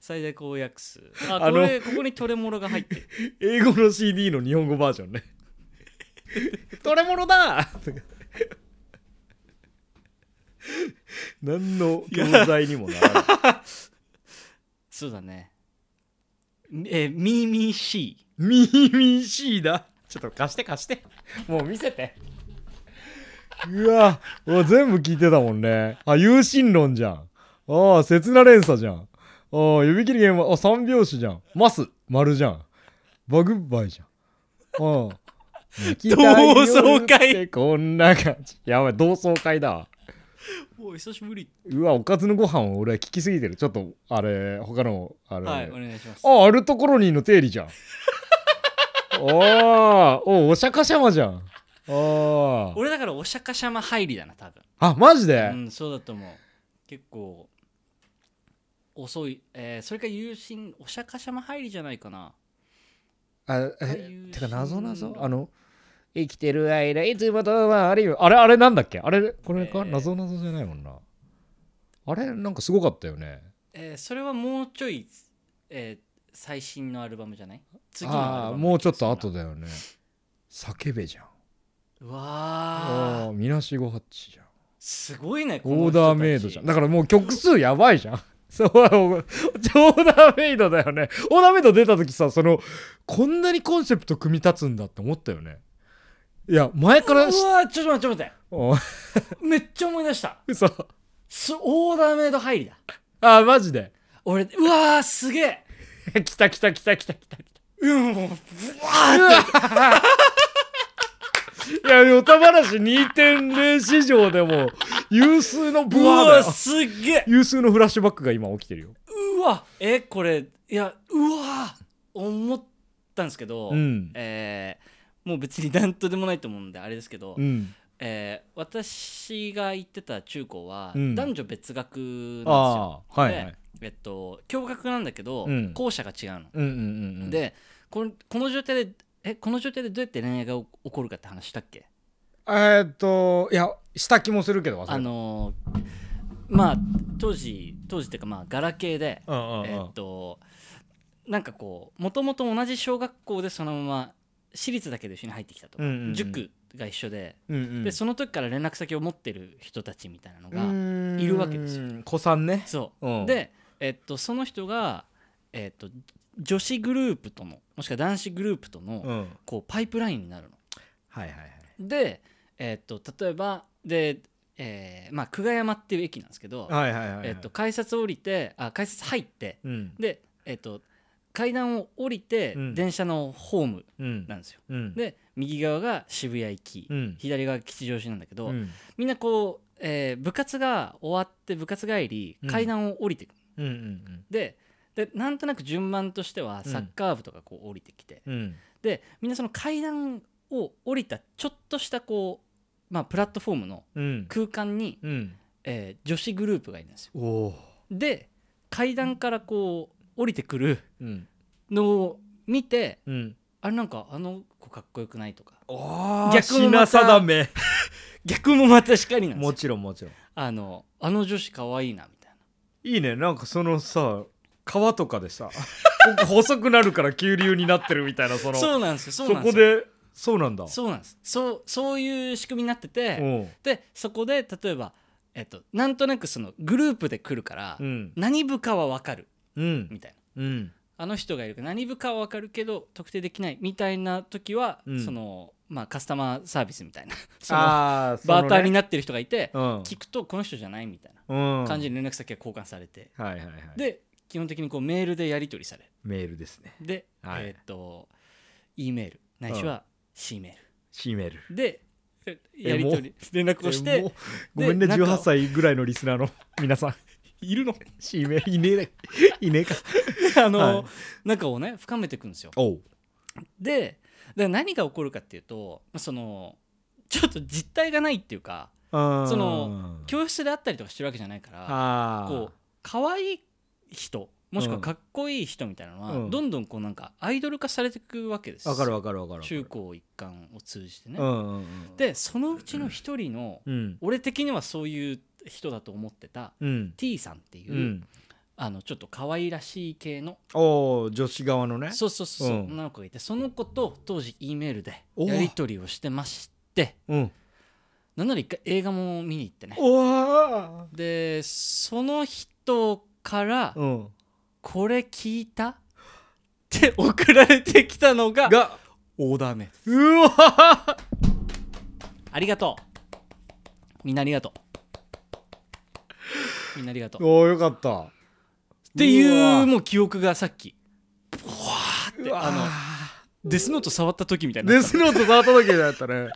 S5: 最大公約数あ
S4: あ
S5: こ
S4: の
S5: れここにトレモロが入ってる
S4: 英語の CD の日本語バージョンね取れ物だ何の教材にもならない
S5: そうだねえー、ミーミーシー
S4: ミーミーシーだちょっと貸して貸してもう見せてうわうわ全部聞いてたもんねあ有心論じゃんああ刹那連鎖じゃんああ指切り弦はあ三拍子じゃんマス丸じゃんバグバイじゃんああ
S5: 同窓会
S4: こんな感じやばい同窓会だ
S5: お久しぶり
S4: うわおかずのご飯を俺は聞きすぎてるちょっとあれ他のあれ、
S5: はいお願いします
S4: あ、アルトコロニーの定理じゃん。ああ、お、お釈迦様じゃん。あ
S5: 俺だからお釈迦様入りだな多分
S4: あ。あ、マジで、
S5: うんそうだと思う結構遅い、えー、それか有心お釈迦様入りじゃないかな
S4: あ、
S5: あ
S4: え
S5: あ、
S4: てか、謎謎
S5: いう
S4: あの、生きてる間、いつもとはあるよ。あれ、あれなんだっけあれ、これか、
S5: えー
S4: 謎謎じゃないもんな。あれ、なんかすごかったよね。
S5: えー、それはもうちょい、えー、最新のアルバムじゃない次のアル
S4: あ
S5: バ
S4: あ、
S5: ム
S4: もうちょっと後だよね。叫べじゃん。
S5: う
S4: あ
S5: わ
S4: あ、
S5: ー
S4: みなしごはっちじゃん。
S5: すごいねこの
S4: オー
S5: 人たち
S4: ダーメイドじゃん。だからもう曲数やばいじゃん。 そう、オーダーメイドだよね。オーダーメイド出た時さ、その、こんなにコンセプト組み立つんだって思ったよね。いや、前からし
S5: う、わーちょっと待ってちょっと
S4: お
S5: 待ってめっちゃ思い出した
S4: 嘘。
S5: すオーダーメイド入りだ
S4: あ、マジで。
S5: 俺うわーすげえ
S4: 来た来た来た来た来た来
S5: うんもう
S4: た。いや、ヨタ話2.0史上でも、有数のブ
S5: う
S4: ワーだ
S5: わ
S4: よ
S5: ーすげえ
S4: 有数のフラッシュバックが今起きてるよ。
S5: うわえこれいやうわ思ったんですけど、
S4: うん
S5: えーもう別に何とでもないと思うんであれですけど、
S4: うん。
S5: えー私が行ってた中高は、
S4: うん
S5: 男女別学なんですよ
S4: あ。あ、はい、は
S5: で
S4: い。
S5: えっと共学なんだけど、
S4: うん
S5: 校舎が違う
S4: う
S5: の。
S4: んうんうんうん。、
S5: でこのこの状態でえこの状態でどうやって恋愛が起こるかって話したっけ
S4: えーっと、いや、した気もするけど、忘れた
S5: あ、のーまあ当時当時っていうかまあガラケーで、
S4: うんうんうん。
S5: えっとなんかこうもともと同じ小学校でそのまま私立だけで一緒に入ってきたとか、
S4: うんうんうん
S5: 塾が一緒で,、
S4: うんうん
S5: でその時から連絡先を持ってる人たちみたいなのが、
S4: い
S5: るわけですよ。
S4: 子さんね。
S5: そう、
S4: うん
S5: で、えっと、その人が、えっと、女子グループとのもしくは男子グループとの、
S4: うん。はい
S5: こうパイプラインになる
S4: はいはい。
S5: の。で、えっと、例えばで、えーまあ、久我山っていう駅なんですけど、
S4: はいはいはい。
S5: えっと、改札降りてあ改札入って
S4: うん。
S5: で、えっと、階段を降りて、
S4: うん
S5: 電車のホーム
S4: うん。
S5: なんですよ。
S4: うん。
S5: で右側が渋谷駅、
S4: うん
S5: 左側が吉祥寺なんだけど、
S4: うん、
S5: みんなこう、えー部活が終わって部活帰り
S4: うん
S5: 階段を降りていく
S4: うんうん
S5: ででなんとなく順番としては
S4: うん
S5: サッカー部とかこう降りてきて、
S4: うん。うん。
S5: でみんなその階段を降りたちょっとしたこう、まあ、プラットフォームの
S4: うん。
S5: 空間に、
S4: うん。
S5: えー女子グループがいるんですよ
S4: おお。
S5: で階段からこう降りてくる
S4: うん。
S5: のを見て
S4: うん。
S5: あれなんかあの子かっこよくないとか
S4: お
S5: 逆もまた
S4: め。
S5: 逆もまたしか りなんです
S4: も
S5: よ
S4: ちろんもちろん。
S5: あのあの女子かわいいなみたいない
S4: いね、なんかそのさ、川とかで さ、ここ細くなるから急流になってるみたいな、その、
S5: そうなんですよそう
S4: そ
S5: なんで
S4: こ
S5: すよ
S4: で、そうなんだ。
S5: そうなんですそうそういう仕組みになってて、
S4: うん。
S5: でそこで例えばえっと、なんとなくそのグループで来るから、
S4: うん
S5: 何部かは分かる
S4: うん
S5: みたいな
S4: うん
S5: あの人がいるから何部かは分かるけど特定できないみたいな時は、
S4: うん
S5: そのまあカスタマーサービスみたいなその
S4: あ
S5: バーターに
S4: な
S5: なってる人がいて、
S4: うん
S5: 聞くとこの人じゃないみたい
S4: うん
S5: な感じで連絡先が交換されて、
S4: はいはいはい
S5: で基本的にこうメールでやり取りされ
S4: メールですね
S5: で、
S4: はい
S5: えーっと E メールないしは C メール、
S4: C メール
S5: でえやり取り連絡をし
S4: えーも
S5: て
S4: うごめんね
S5: でなんか
S4: 18歳ぐらいのリスナーの皆さん
S5: いるの
S4: C メールいねえねいねえか
S5: あの、
S4: はい
S5: 仲をね深めていくんですよ
S4: おう
S5: でで何が起こるかっていうとまあそのちょっと実体がないっていうかそ
S4: そ
S5: の教室であったりとかしてるわけじゃないから
S4: あ
S5: こう可愛い人もしくはかっこいい人みたいなのは、
S4: うん
S5: どんどんこうなんかアイドル化されていくわけです
S4: うわかるわかるわかるわかる
S5: 中高一貫を通じてね、
S4: うんうんうん
S5: でそのうちの一人の、
S4: うん
S5: 俺的にはそういう人だと思ってた
S4: うん
S5: T さんっていう、
S4: うん
S5: あのちょっと可愛らしい系の
S4: おお女子側のね
S5: そうそうそうそう、
S4: うん
S5: 女の子がいてその子と当時 E メールで
S4: お
S5: やり取りをしてまして
S4: うん
S5: なんなら一回映画も見に行ってね
S4: おわ
S5: でその人から
S4: うん
S5: 「これ聞いた?」って送られてきたのが
S4: が
S5: オーダーメイド
S4: うわ
S5: ありがとうみんなありがとうみんなありがとうっ
S4: おおよかった
S5: ていう
S4: うわ
S5: もう記憶がさっき
S4: うわ
S5: デスノート触った時みたいにな
S4: デ
S5: った
S4: スノート触った時だった ね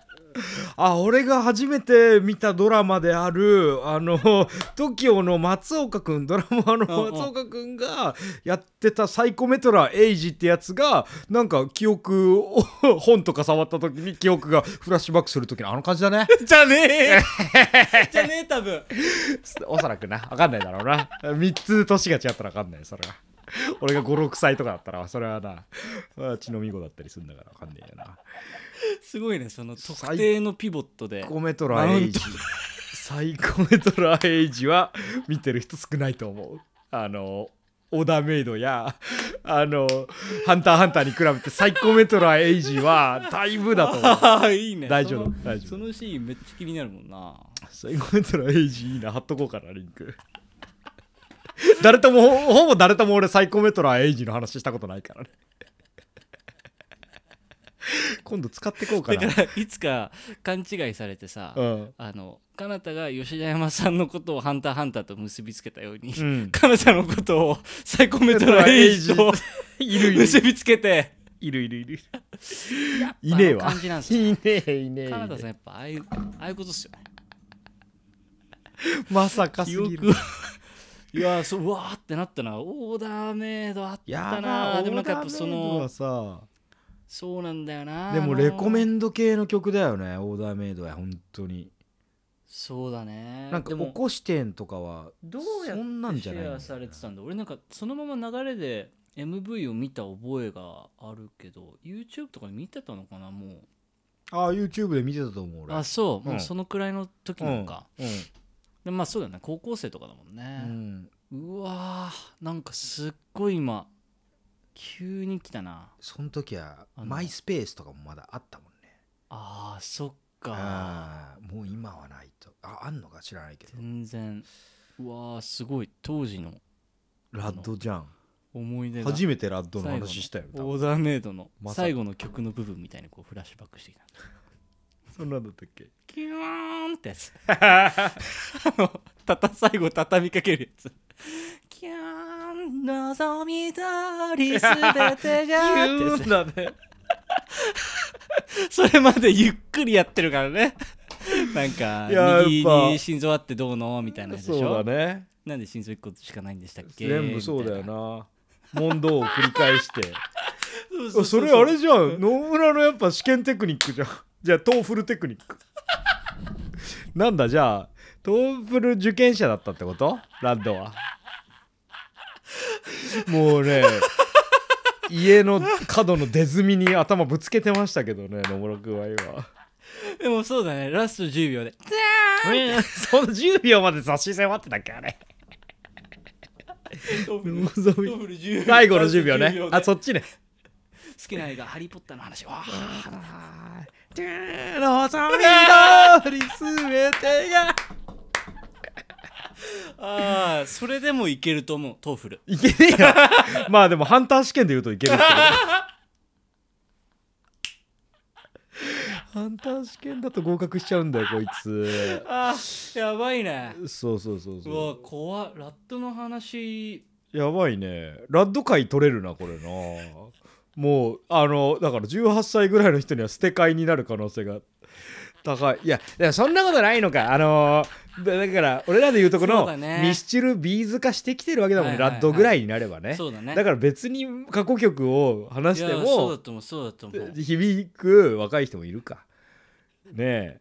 S4: あ俺が初めて見たドラマであるあの TOKIO の松岡君ドラマの
S5: うんうん
S4: 松岡君がやってたサイコメトラエイジってやつがなんか記憶を本とか触った時に記憶がフラッシュバックする時のあの感じだね
S5: じゃねえじゃねえ多分
S4: おそらくな分かんないだろうな3つ年が違ったら分かんないそれは俺が56歳とかだったらそれはなまあ血のみ子だったりするんだから分かんないよな
S5: すごいねその特定のピボットで
S4: サイコメトラエイジサイコメトラエイジは見てる人少ないと思うあのオーダーメイドやあの「ハンターハンター」に比べてサイコメトラエイジはだいぶだと思う
S5: ああいいね
S4: 大丈夫
S5: その
S4: 大丈夫
S5: そのシーンめっちゃ気になるもんな
S4: サイコメトラエイジいいな貼っとこうかなリンク誰ともほほぼ誰とも俺サイコメトラエイジの話したことないからね今度使ってこうか
S5: だ
S4: な
S5: からいつか勘違いされてさ、
S4: うん
S5: あのかなたが吉田山さんのことを「ハンターハンター」と結びつけたように、
S4: うん
S5: かなたのことをサイコメトラエイジと
S4: いるいる
S5: 結びつけて
S4: いるいるいる。いねえ
S5: あの
S4: わ。
S5: 感じなんですよ
S4: いねえいねえ。
S5: かなたさんやっぱああいうああいうことっすよね
S4: まさかす
S5: 記
S4: ぎ
S5: 憶
S4: る。
S5: いやそううわーってなったなオーダーメイドあっ
S4: や
S5: た
S4: だ
S5: なでもなんかやっぱそ
S4: オーダーメイドはさ、
S5: のそうなんだよな
S4: でも
S5: あの
S4: レコメンド系の曲だよね、オーダーメイドは本当に。
S5: そうだね
S4: なんか起
S5: でも
S4: こしてんとかは、
S5: どうや
S4: そんな
S5: っ
S4: ん
S5: て
S4: じ
S5: シ
S4: ゃないんだ
S5: ェ
S4: よ
S5: ア
S4: ね
S5: されてたんだ俺なんかそのまま流れで MV を見た覚えがあるけど YouTube とかで見てたのかなも
S4: ああ、YouTube で見てたと思う
S5: う
S4: 俺。
S5: あそう、
S4: うん
S5: もうそのくらいの時なのか、
S4: う
S5: でまあそうだよね高校生とかだもん
S4: ん。う
S5: ね、
S4: ん。
S5: うわーなんかすっごい今急に来たな
S4: その時は、
S5: あの
S4: マイスペースとかもまだあったもんね。
S5: あーそっか
S4: ああ、もう今はないと。あ、あんのか知らないけど。
S5: 全然うわーすごい当時の
S4: ラッドじゃん。
S5: 思い出が
S4: 初めてラッドの話したよ。
S5: 最
S4: 多
S5: 後の
S4: 分
S5: オーダーメイドの
S4: まさか
S5: 最後の曲の部分みたいにこうフラッシュバックしてきた
S4: そんなんだったっけ
S5: キューンって やつあのたた最後畳みかけるやつキューン望み通りすべてがってや
S4: だね。
S5: つ それまでゆっくりやってるからねなんか
S4: いや
S5: 右
S4: やっぱ
S5: に心臓あってどうのみたいなやつでし
S4: そう
S5: ょ、
S4: だね。
S5: なんで心臓1個しかないんでしたっけ
S4: 全部そうだよ
S5: みたい
S4: な問答を繰り返して
S5: そう
S4: あそれあれ
S5: じ
S4: じゃん野村のやっぱ試験テクニックじゃんじゃあトーフルテクニックなんだじゃあトーフル受験者だったってことラッドはもうね家の角の出墨に頭ぶつけてましたけどね野村君は今
S5: ゃでもそうだねラスト10秒で
S4: その10秒まで差し迫ってたっけあれ
S5: トフルトフル10秒
S4: 最後の10秒ねあそ
S5: 好
S4: っちね
S5: きな映画「ハリー・ポッター」の話わー
S4: のぞみ通りすべてが
S5: ああそれでもいけると思うトーフル
S4: いけねえよまあでもハンター試験で言うといけるけどハンター試験だと合格しちゃうんだよこいつ
S5: ああやばいね
S4: そうそうそう
S5: う
S4: そ
S5: わ怖っラットの話
S4: うやばいねラッド界取れるなこれなもうあのだから18歳ぐらいの人には捨て替えになる可能性が高いいやでもそんなことないのかあのだだから俺らで言うとこ
S5: そう
S4: の
S5: だね
S4: ミスチルビーズ化してきてるわけだもんね、
S5: はいはいはい
S4: ラッドぐらいになればね
S5: そうだね
S4: だから別に過去曲を話して
S5: いやそうだ
S4: も
S5: と思うそうだと思う
S4: 響く若い人もいるかね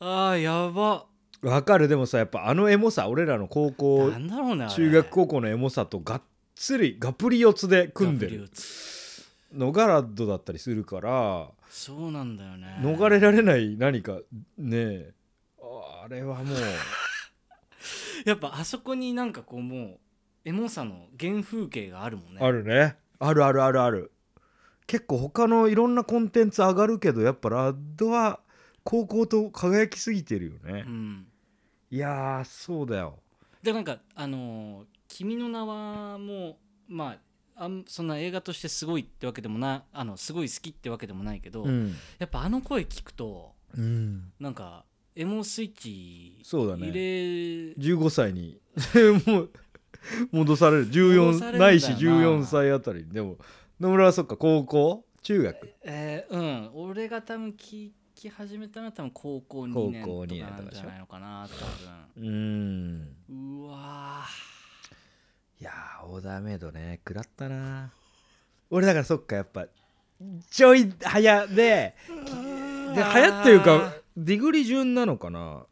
S5: ああやば
S4: えわかるでもさやっぱあのエモさ俺らの高校
S5: なんだろうねあれ
S4: 中学高校のエモさとがっつりがっぷり四つで組んで
S5: ガブリ
S4: る
S5: オツ
S4: のがラッドだったりするから
S5: そうなんだよね
S4: 逃れられない何かねえああれはもう
S5: やっぱあそこになんかこうもうエモさの原風景があるもんね
S4: あるねあるあるあるある結構他のいろんなコンテンツ上がるけどやっぱラッドは高校と輝きすぎてるよね、
S5: うん
S4: いやーそうだよ
S5: でなんかあのー君の名は」もまああんそんな映画としてすごいってわけでもなあのすごい好きってわけでもないけど、
S4: ん、
S5: やっぱあの声聞くと
S4: うん、
S5: なんかエモスイッチ
S4: そうだね
S5: 入れ
S4: 15歳に もう戻される
S5: 戻され
S4: 14
S5: るんだよな
S4: ないし14歳あたりにでも野村はそっか高校中学
S5: えーうん俺が多分聞き始めたのは多分高校
S4: 高
S5: 2年
S4: 校
S5: と
S4: 二年と
S5: か
S4: か
S5: なん
S4: でし
S5: じ
S4: ょ
S5: ゃないのかな多
S4: うん
S5: 分うわ
S4: いやーオーダーメイドね食らったな俺だからそっかやっぱちょい早で
S5: ー
S4: で早っていうかディグリ順なのかな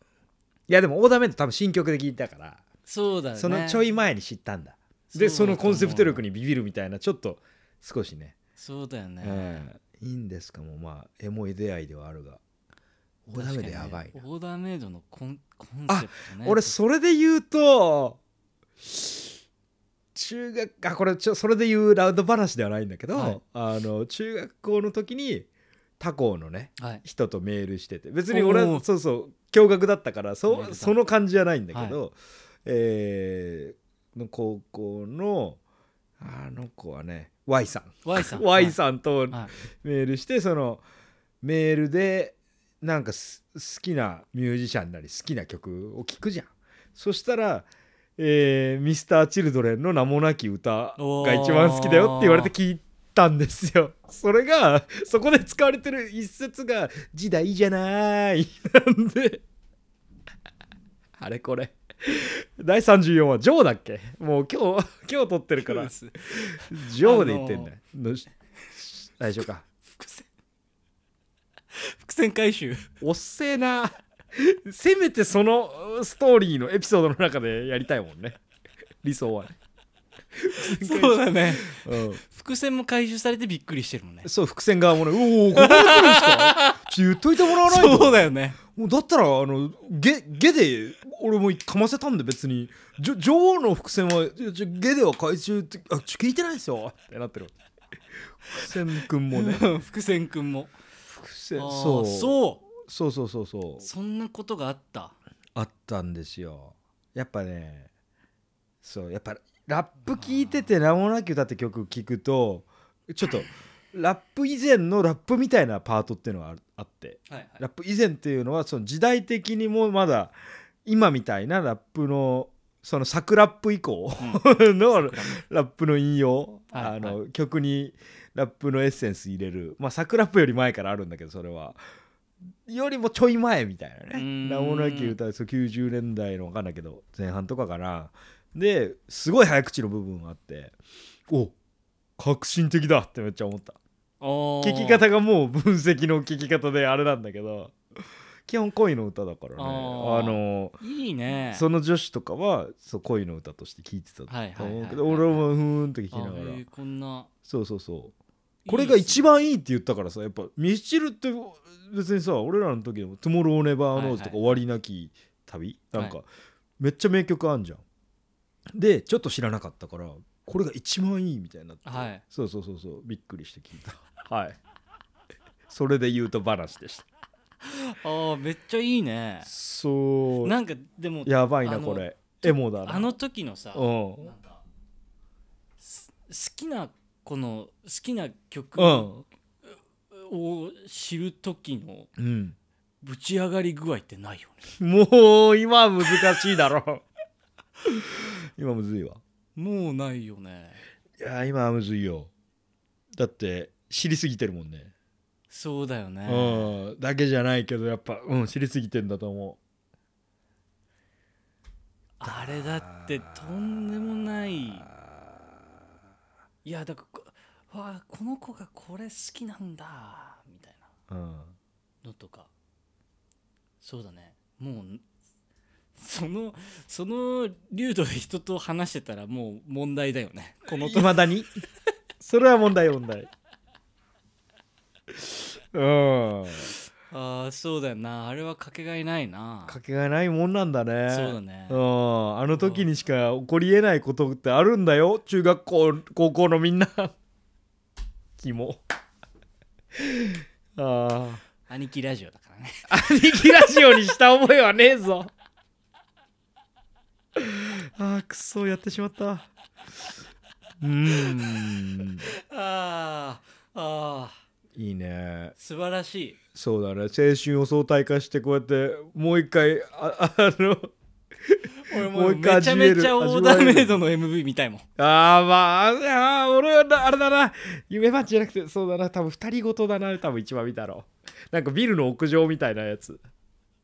S4: いやでもオーダーメイド多分新曲で聴いたから
S5: そうだね
S4: そのちょい前に知ったんだでそ
S5: そうだと思
S4: の
S5: う
S4: コンセプト力にビビるみたいなちょっと少しね
S5: そうだよね、
S4: ええいいんですかもうまあエモい出会いではあるがオーダーメイドやばいな、
S5: 確かにねオーダーメイドのコンコンセプトね
S4: 俺それで言うと中学あこれちょそれで言うラウド話ではないんだけど、
S5: はい
S4: あの中学校の時に他校のね
S5: はい
S4: 人とメールしてて別に俺
S5: お
S4: は
S5: ー
S4: そうそう驚愕だったから
S5: メール
S4: そ
S5: だ
S4: その感じじゃないんだけど、えーの高校のあの子はね Y さん
S5: Y さん
S4: Y さんと
S5: はい
S4: メールしてそのメールでなんかす好きなミュージシャンなり好きな曲を聴くじゃんそしたら、えー、ミスター・チルドレンの名もなき歌が一番好きだよって言われて聞いたんですよそれがそこで使われてる一節が「時代じゃない」なんであれこれ第34話「ジョー」だっけもう今日今日撮ってるか
S5: そ
S4: ら
S5: うです
S4: 「ジョー」で言ってんだよ、のし大丈夫か
S5: 伏線伏線回収
S4: おっせえな せめてそのストーリーのエピソードの中でやりたいもんね理想はね、
S5: そうだね
S4: うん、
S5: 伏線も回収されてびっくりしてるもんね
S4: そう伏線側もね「おおここに来るんすか?」って言っといてもらわないと
S5: そうだよね
S4: もうだったらあのゲゲで俺もかませたんで別にじょ女王の伏線はじゃじゃゲでは回収ってあちょ聞いてないですよってなってる伏線くんもね
S5: うん 伏線くんも
S4: 伏線
S5: あー
S4: そう
S5: そ
S4: そうそうそうそう
S5: うそんなことがあった
S4: あったんですよやっぱねそうやっぱラップ聴いてて「名もなき歌」って曲聴くとちょっとラップ以前のラップみたいなパートっていうのがあるあって
S5: はいは
S4: ラップ以前っていうのはその時代的にもまだ今みたいなラップのその作ラップ以降のラップの引用、
S5: はい
S4: あの曲にラップのエッセンス入れるまあ作ラップより前からあるんだけどそれはよりもちょい前みたいな
S5: うー
S4: ね
S5: ん
S4: 名もなき歌そう90年代の分かんないけど前半とかかなですごい早口の部分があってお革新的だってめっちゃ思った。聞
S5: 聞
S4: き方がもう分析の聞き方であれなんだけど基本恋の歌だからね
S5: あ
S4: あ
S5: ー
S4: の
S5: いいね
S4: その女子とかはそう恋の歌として聞いてた
S5: はい
S4: と
S5: はい
S4: 思
S5: はいは
S4: う
S5: い
S4: けど俺もふーんって聞きながら
S5: あへーこんな
S4: そうそうそう
S5: いい
S4: これが一番いいって言ったからさやっぱミスチルって別にさ俺らの時でも「トゥモロー・ネバー・ノーズ」とか「
S5: はいはい
S4: 終わりなき旅」
S5: はい
S4: なんかめっちゃ名曲あんじゃんでちょっと知らなかったからこれが一番いいみたいになって、
S5: はい
S4: そうそうそうそうびっくりして聞いた はいそれで言うと話でした
S5: あーめっちゃいいね
S4: そう
S5: なんかでも
S4: やばい
S5: あ
S4: な
S5: の
S4: これエモだな
S5: あの時のさ、
S4: うん
S5: なんかす好きな子の好きな曲
S4: うん
S5: を知る時の
S4: うん
S5: ぶち上がり具合ってないよね
S4: もう今は難しいだろ 今むずいわ
S5: もうないよね
S4: いや今はむずいよだって知りすぎてるもんね、
S5: そうだよね、
S4: うんだけじゃないけどやっぱうん知りすぎてんだと思、
S5: あれだってとんでもないいやだからこわあこの子がこれ好きなんだみたいう
S4: うん、
S5: なのとかそうだねもうんそのその流度で人と話してたらもう問題だよねこの
S4: いまだに それは問題問題うん
S5: ああそうだよなあれはかけがえないな
S4: かけがえないもんなんだね
S5: そうだね
S4: うん、あの時にしか起こりえないことってあるんだよ中学校高校のみんな キモああ
S5: 兄貴ラジオだからね
S4: 兄貴ラジオにした覚えはねえぞ ああくそやってしまったうーん
S5: ああああ
S4: いいね
S5: 素晴らしい
S4: そうだね青春を相対化してこうやってもう一回ああの
S5: 俺
S4: も
S5: も
S4: う
S5: う
S4: 一回
S5: めち
S4: 味
S5: ゃ
S4: わえる
S5: めちゃオーダーメイドの MV みたいもん
S4: あーまあ、あー俺はなあれだな、夢マッチじゃなくて、そうだな、多分二人ごとだな、多分一番見たろ。なんかビルの屋上みたいなやつ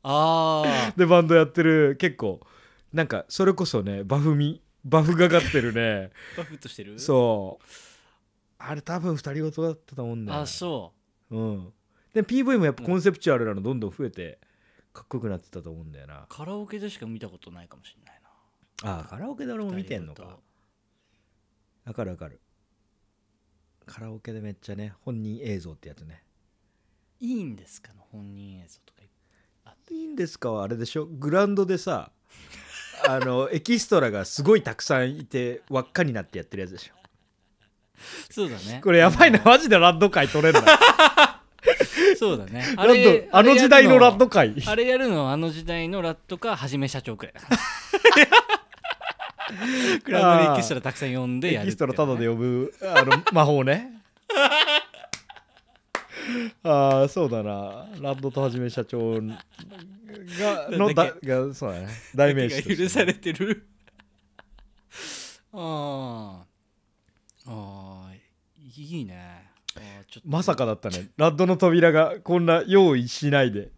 S5: あ あ
S4: でバンドやってる、結構、なんかそれこそね、バフみ、バフがかってるね。
S5: バフッとしてる
S4: そう。あれ多分二人ごとだったと思うんだよ。。
S5: あそう
S4: うん。で、PV もやっぱコンセプチュアルなのどんどん増えて、かっこよくなってたと思うんだよな
S5: う。カラオケでしか見たことないかもしれないな
S4: あーカラオケで俺も見てんの
S5: 二人
S4: か
S5: ごと。
S4: わかるわかる。カラオケでめっちゃね、本人映像ってやつね。
S5: いいんですかの本人映像とかいっ
S4: いいんですかはあれでしょグラウンドで さあのエキストラがすごいたくさんいて輪っかになってやってるやつでしょ
S5: そうだね
S4: これやばいなマジでラッド界取れんなラ
S5: そうだね
S4: ッ
S5: あれ
S4: ドあの時代のラッド
S5: か
S4: 界
S5: あれやるのはあの時代のラッドかはじめ社長くらいだなクラブにエキストラたくさん呼んでや
S4: エ
S5: る
S4: キストラ
S5: た
S4: タ
S5: だ
S4: ダで呼ぶあの 魔法ねああそうだなラッドとはじめ社長がのだ
S5: だ
S4: がそうだね代名詞として
S5: 許されてる あーあーいいねあーちょっと
S4: まさかだったねラッドの扉がこんな用意しないで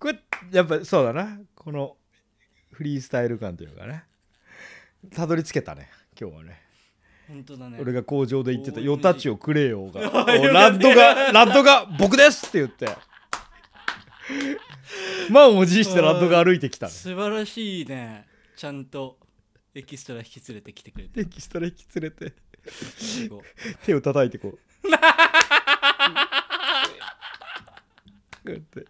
S4: これやっぱそうだなこのフリースタイル感というかねたどり着けたね今日はね
S5: 本当だね
S4: 俺が工場で言ってた「よたちをくれよ」 が
S5: かった
S4: おラッドがラッドが「僕です!」って言って満を持してラッドが歩いてきたね
S5: 素晴らしいねちゃんとエキストラ引き連れてきてくれて
S4: エキストラ引き連れて
S5: すごい
S4: 手を叩いて こうこうや って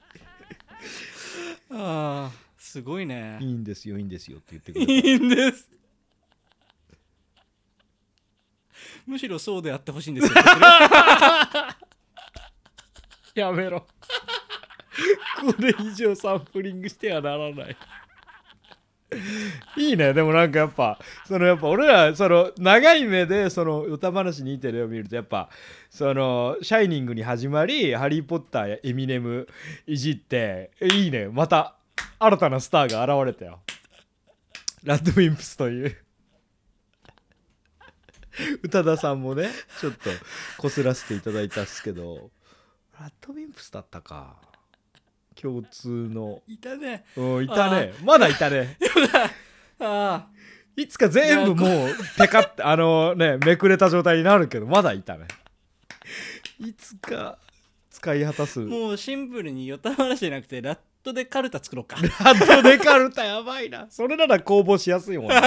S5: ああすごいね
S4: いいんですよいいんですよって言ってくれた
S5: いいんですむしろそうであってほしいんです よ
S4: やめろ。これ以上サンプリングしてはならない。いいねでもなんかやっぱそのやっぱ俺らその長い目でその歌話に似てるを見るとやっぱその「シャイニング」に始まり「ハリー・ポッター」や「エミネム」いじっていいねまた新たなスターが現れたよラッドウィンプスという宇多田さんもねちょっとこすらせていただいたっすけどラッドウィンプスだったか共通 の
S5: いたね
S4: うんいたねまだいたね
S5: ああ
S4: いつか全部もう ペカってあのねめくれた状態になるけどまだいたねいつか使い果たす
S5: もうシンプルにヨタ話じゃなくてラットでカルタ 作ろうか
S4: ハッドデカルタやばいなそれなら公募しやすいもん ね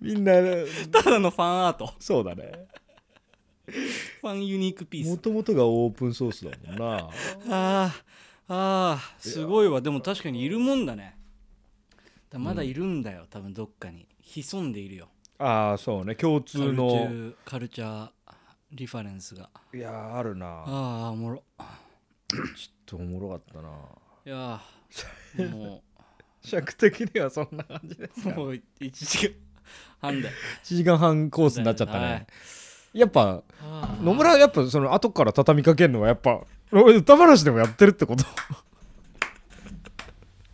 S4: みんなね
S5: ただのファンアート
S4: そうだね
S5: ファンユニークピー
S4: も
S5: ス
S4: ともとがオープンソースだもんな
S5: ああああすごいわでも確かにいるもんだねだまだいるんだよ、多分どっかに潜んでいるよ
S4: ああそうね共通
S5: カルチャ
S4: の
S5: ーカルチャーリファレンスが
S4: いやーあるな
S5: ああおもろ
S4: ちょっとおもろかったない
S5: やーもう
S4: 尺的に はそんな感じですか
S5: もう1時間半で
S4: 1時間半コースになっちゃったね、
S5: はい
S4: やっぱ
S5: あー
S4: 野村はやっぱその後から畳みかけるのはやっぱ歌話でもやってるってこと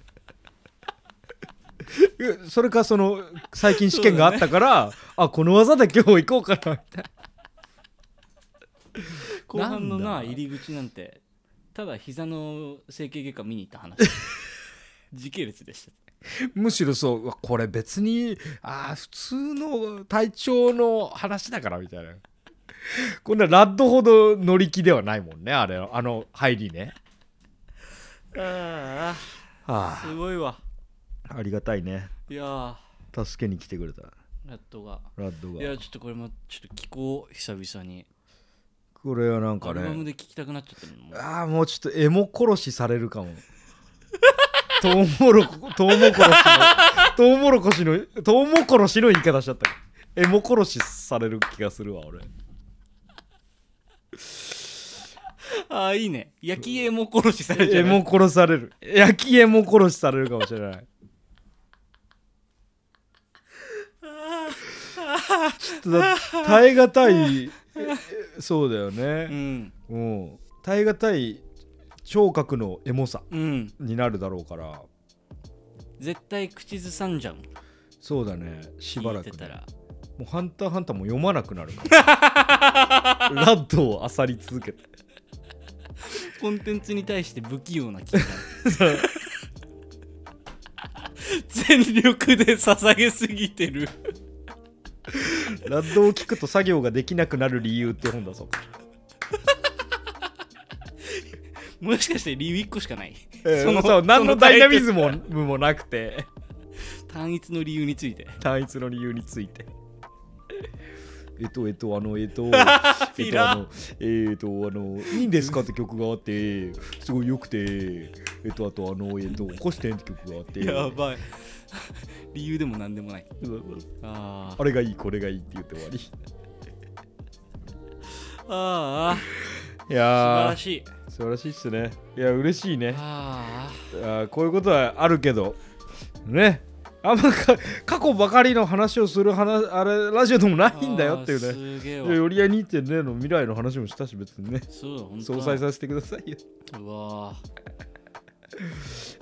S4: えそれかその最近試験があったから、あこの技で今日行こうかなみたい
S5: 後半の
S4: なん
S5: な
S4: だ
S5: 入り口なんてただ膝の整形外科見に行っ た話時系列でした
S4: なむしろそううわこれ別にあー普通の体調の話だからみたいなこんなラッドほど乗り気ではないもんねあれあの入りね
S5: あ
S4: あ
S5: すごいわ
S4: あありがたいね
S5: いやー
S4: 助けに来てくれた
S5: ラットが
S4: ラッド
S5: いやちょっとこれもちょっと聞こう久々に
S4: これはなん
S5: ア
S4: か
S5: ルバム
S4: ね
S5: で聴きたくなっちゃってるのもう
S4: ああもうちょっとエモ殺しされるかも トウモロコトウモ殺しのトウモロコシのトウモ殺しの言い方しちゃったエモ殺しされる気がするわ俺
S5: ああいいね焼きエモ殺しされちゃ
S4: エ
S5: う
S4: モ殺される焼きエモ殺しされるかもしれないちょっとだ耐え難いえそうだよ
S5: う
S4: ね
S5: ん
S4: うん耐え難い聴覚のエモさ
S5: うん
S4: になるだろうから
S5: 絶対口ずさんじゃん
S4: そうだねしばらく、
S5: 聞いてた
S4: ね、
S5: ら
S4: もう「ハンターハンター」も読まなくなるからラッドを漁り続けて
S5: コンテンツに対して不器用な気が全力で捧げすぎてる
S4: ラッドを聞くと作業ができなくなる理由って本だそう
S5: もしかして理由1個しかない、
S4: えーそう何のダイナミズムも もなくて
S5: 単一の理由につい て
S4: 単一の理由について えっとえっとあのえっ とえっ
S5: ピ
S4: とあ
S5: ラ
S4: のえっとあの「いいんですか?」って曲があってすごい良くてえっとあとあのえっと「起こしてん」って曲があって
S5: やばい 理由でも何でもないあー
S4: あれがいいこれがいいって言って終わり
S5: あー
S4: い
S5: 素晴
S4: や
S5: らしい
S4: 素晴らしいっすねいや嬉しいね
S5: あ
S4: あーこういうことはあるけどねあんまか過去ばかりの話をする話あれラジオでもな
S5: あ
S4: いんだよっていうね
S5: すげえ
S4: い
S5: わ
S4: やよりあい2.0の未来の話もしたし別にね
S5: そうだ本当
S4: 総裁させてくださいよ
S5: うわ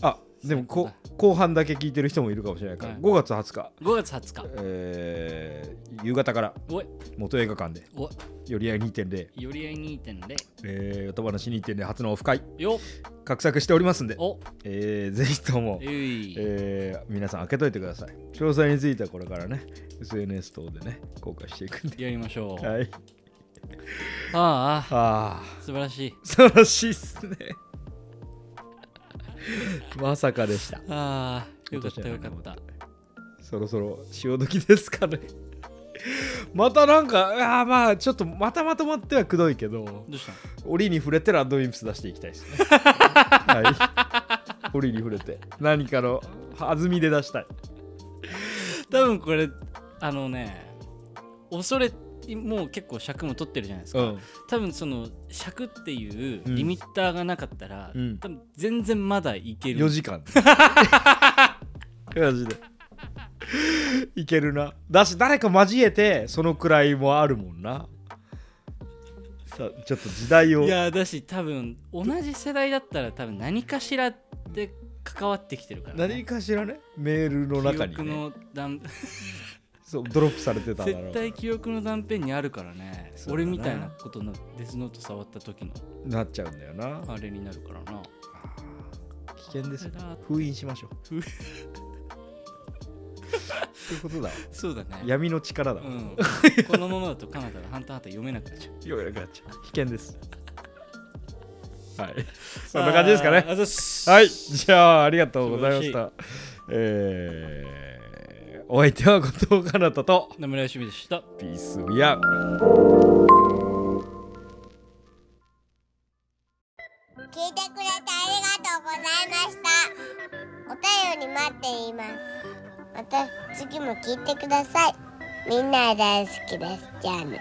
S4: あでもこ後半だけ聞いてる人もいるかもしれないから
S5: はい
S4: 5月20日、
S5: 5月20日
S4: えー夕方から
S5: おい
S4: 元映画館で
S5: お
S4: よりあい2.0、
S5: いよりあい2.0
S4: えー、音話2.0初のオフ会
S5: よ
S4: 画策しておりますんで、
S5: お
S4: えー、ぜひとも
S5: えい、
S4: えー皆さん開けといてください。詳細についてはこれからね、SNS 等でね、公開していくんで。
S5: やりましょう、
S4: はい。
S5: ああ
S4: ああ、
S5: 素晴らしい
S4: 素晴らしいっすね。まさかでした。
S5: ああよかったよかった
S4: そろそろ潮時ですかね。 またなんか、あーまあちょっとまたまとまってはくどいけど、
S5: どうしたの
S4: 折に触れてラッドウィンプス出していきたいです ね。はい。折に触れて、何かの弾みで出したい。
S5: 多分これあのね恐れもう結構尺も取ってるじゃないです
S4: う
S5: か、
S4: ん。
S5: 多分その尺っていう
S4: うん
S5: リミッターがなかったら、
S4: うん
S5: 多分全然まだいける
S4: 4時間マジでいけるなだし誰か交えてそのくらいもあるもんなさちょっと時代を
S5: いやだし多分同じ世代だったら多分何かしらで関わってきてるから、ね、
S4: 何かしらねメールの中に
S5: 記憶
S4: ね、
S5: の 断
S4: そうドロップされてただろ
S5: 絶
S4: う
S5: 対記憶の断片にあるからね
S4: そうだな
S5: 俺みたいなことのデスノート触った時の
S4: なっちゃうんだよな
S5: あれになるからな
S4: 危険ですよ
S5: あれだ
S4: 封印しましょう
S5: 封印
S4: ということだわ
S5: そうだ ね
S4: 闇の力だわ、
S5: うん、このままだとカナダがハンターハンター読めなくなっちゃう
S4: ようやくなっちゃう危険ですはいそんな感じですかね
S5: あーあざっす
S4: はい、じゃあありがとうございまし
S5: 素晴
S4: た。えー、お相手は後藤かなたと
S5: 野村よしみでした。
S4: ピースウィア。
S2: 聞いてくれてありがとうございましたお便り待っていますまた次も聞いてくださいみんな大好きですじゃあね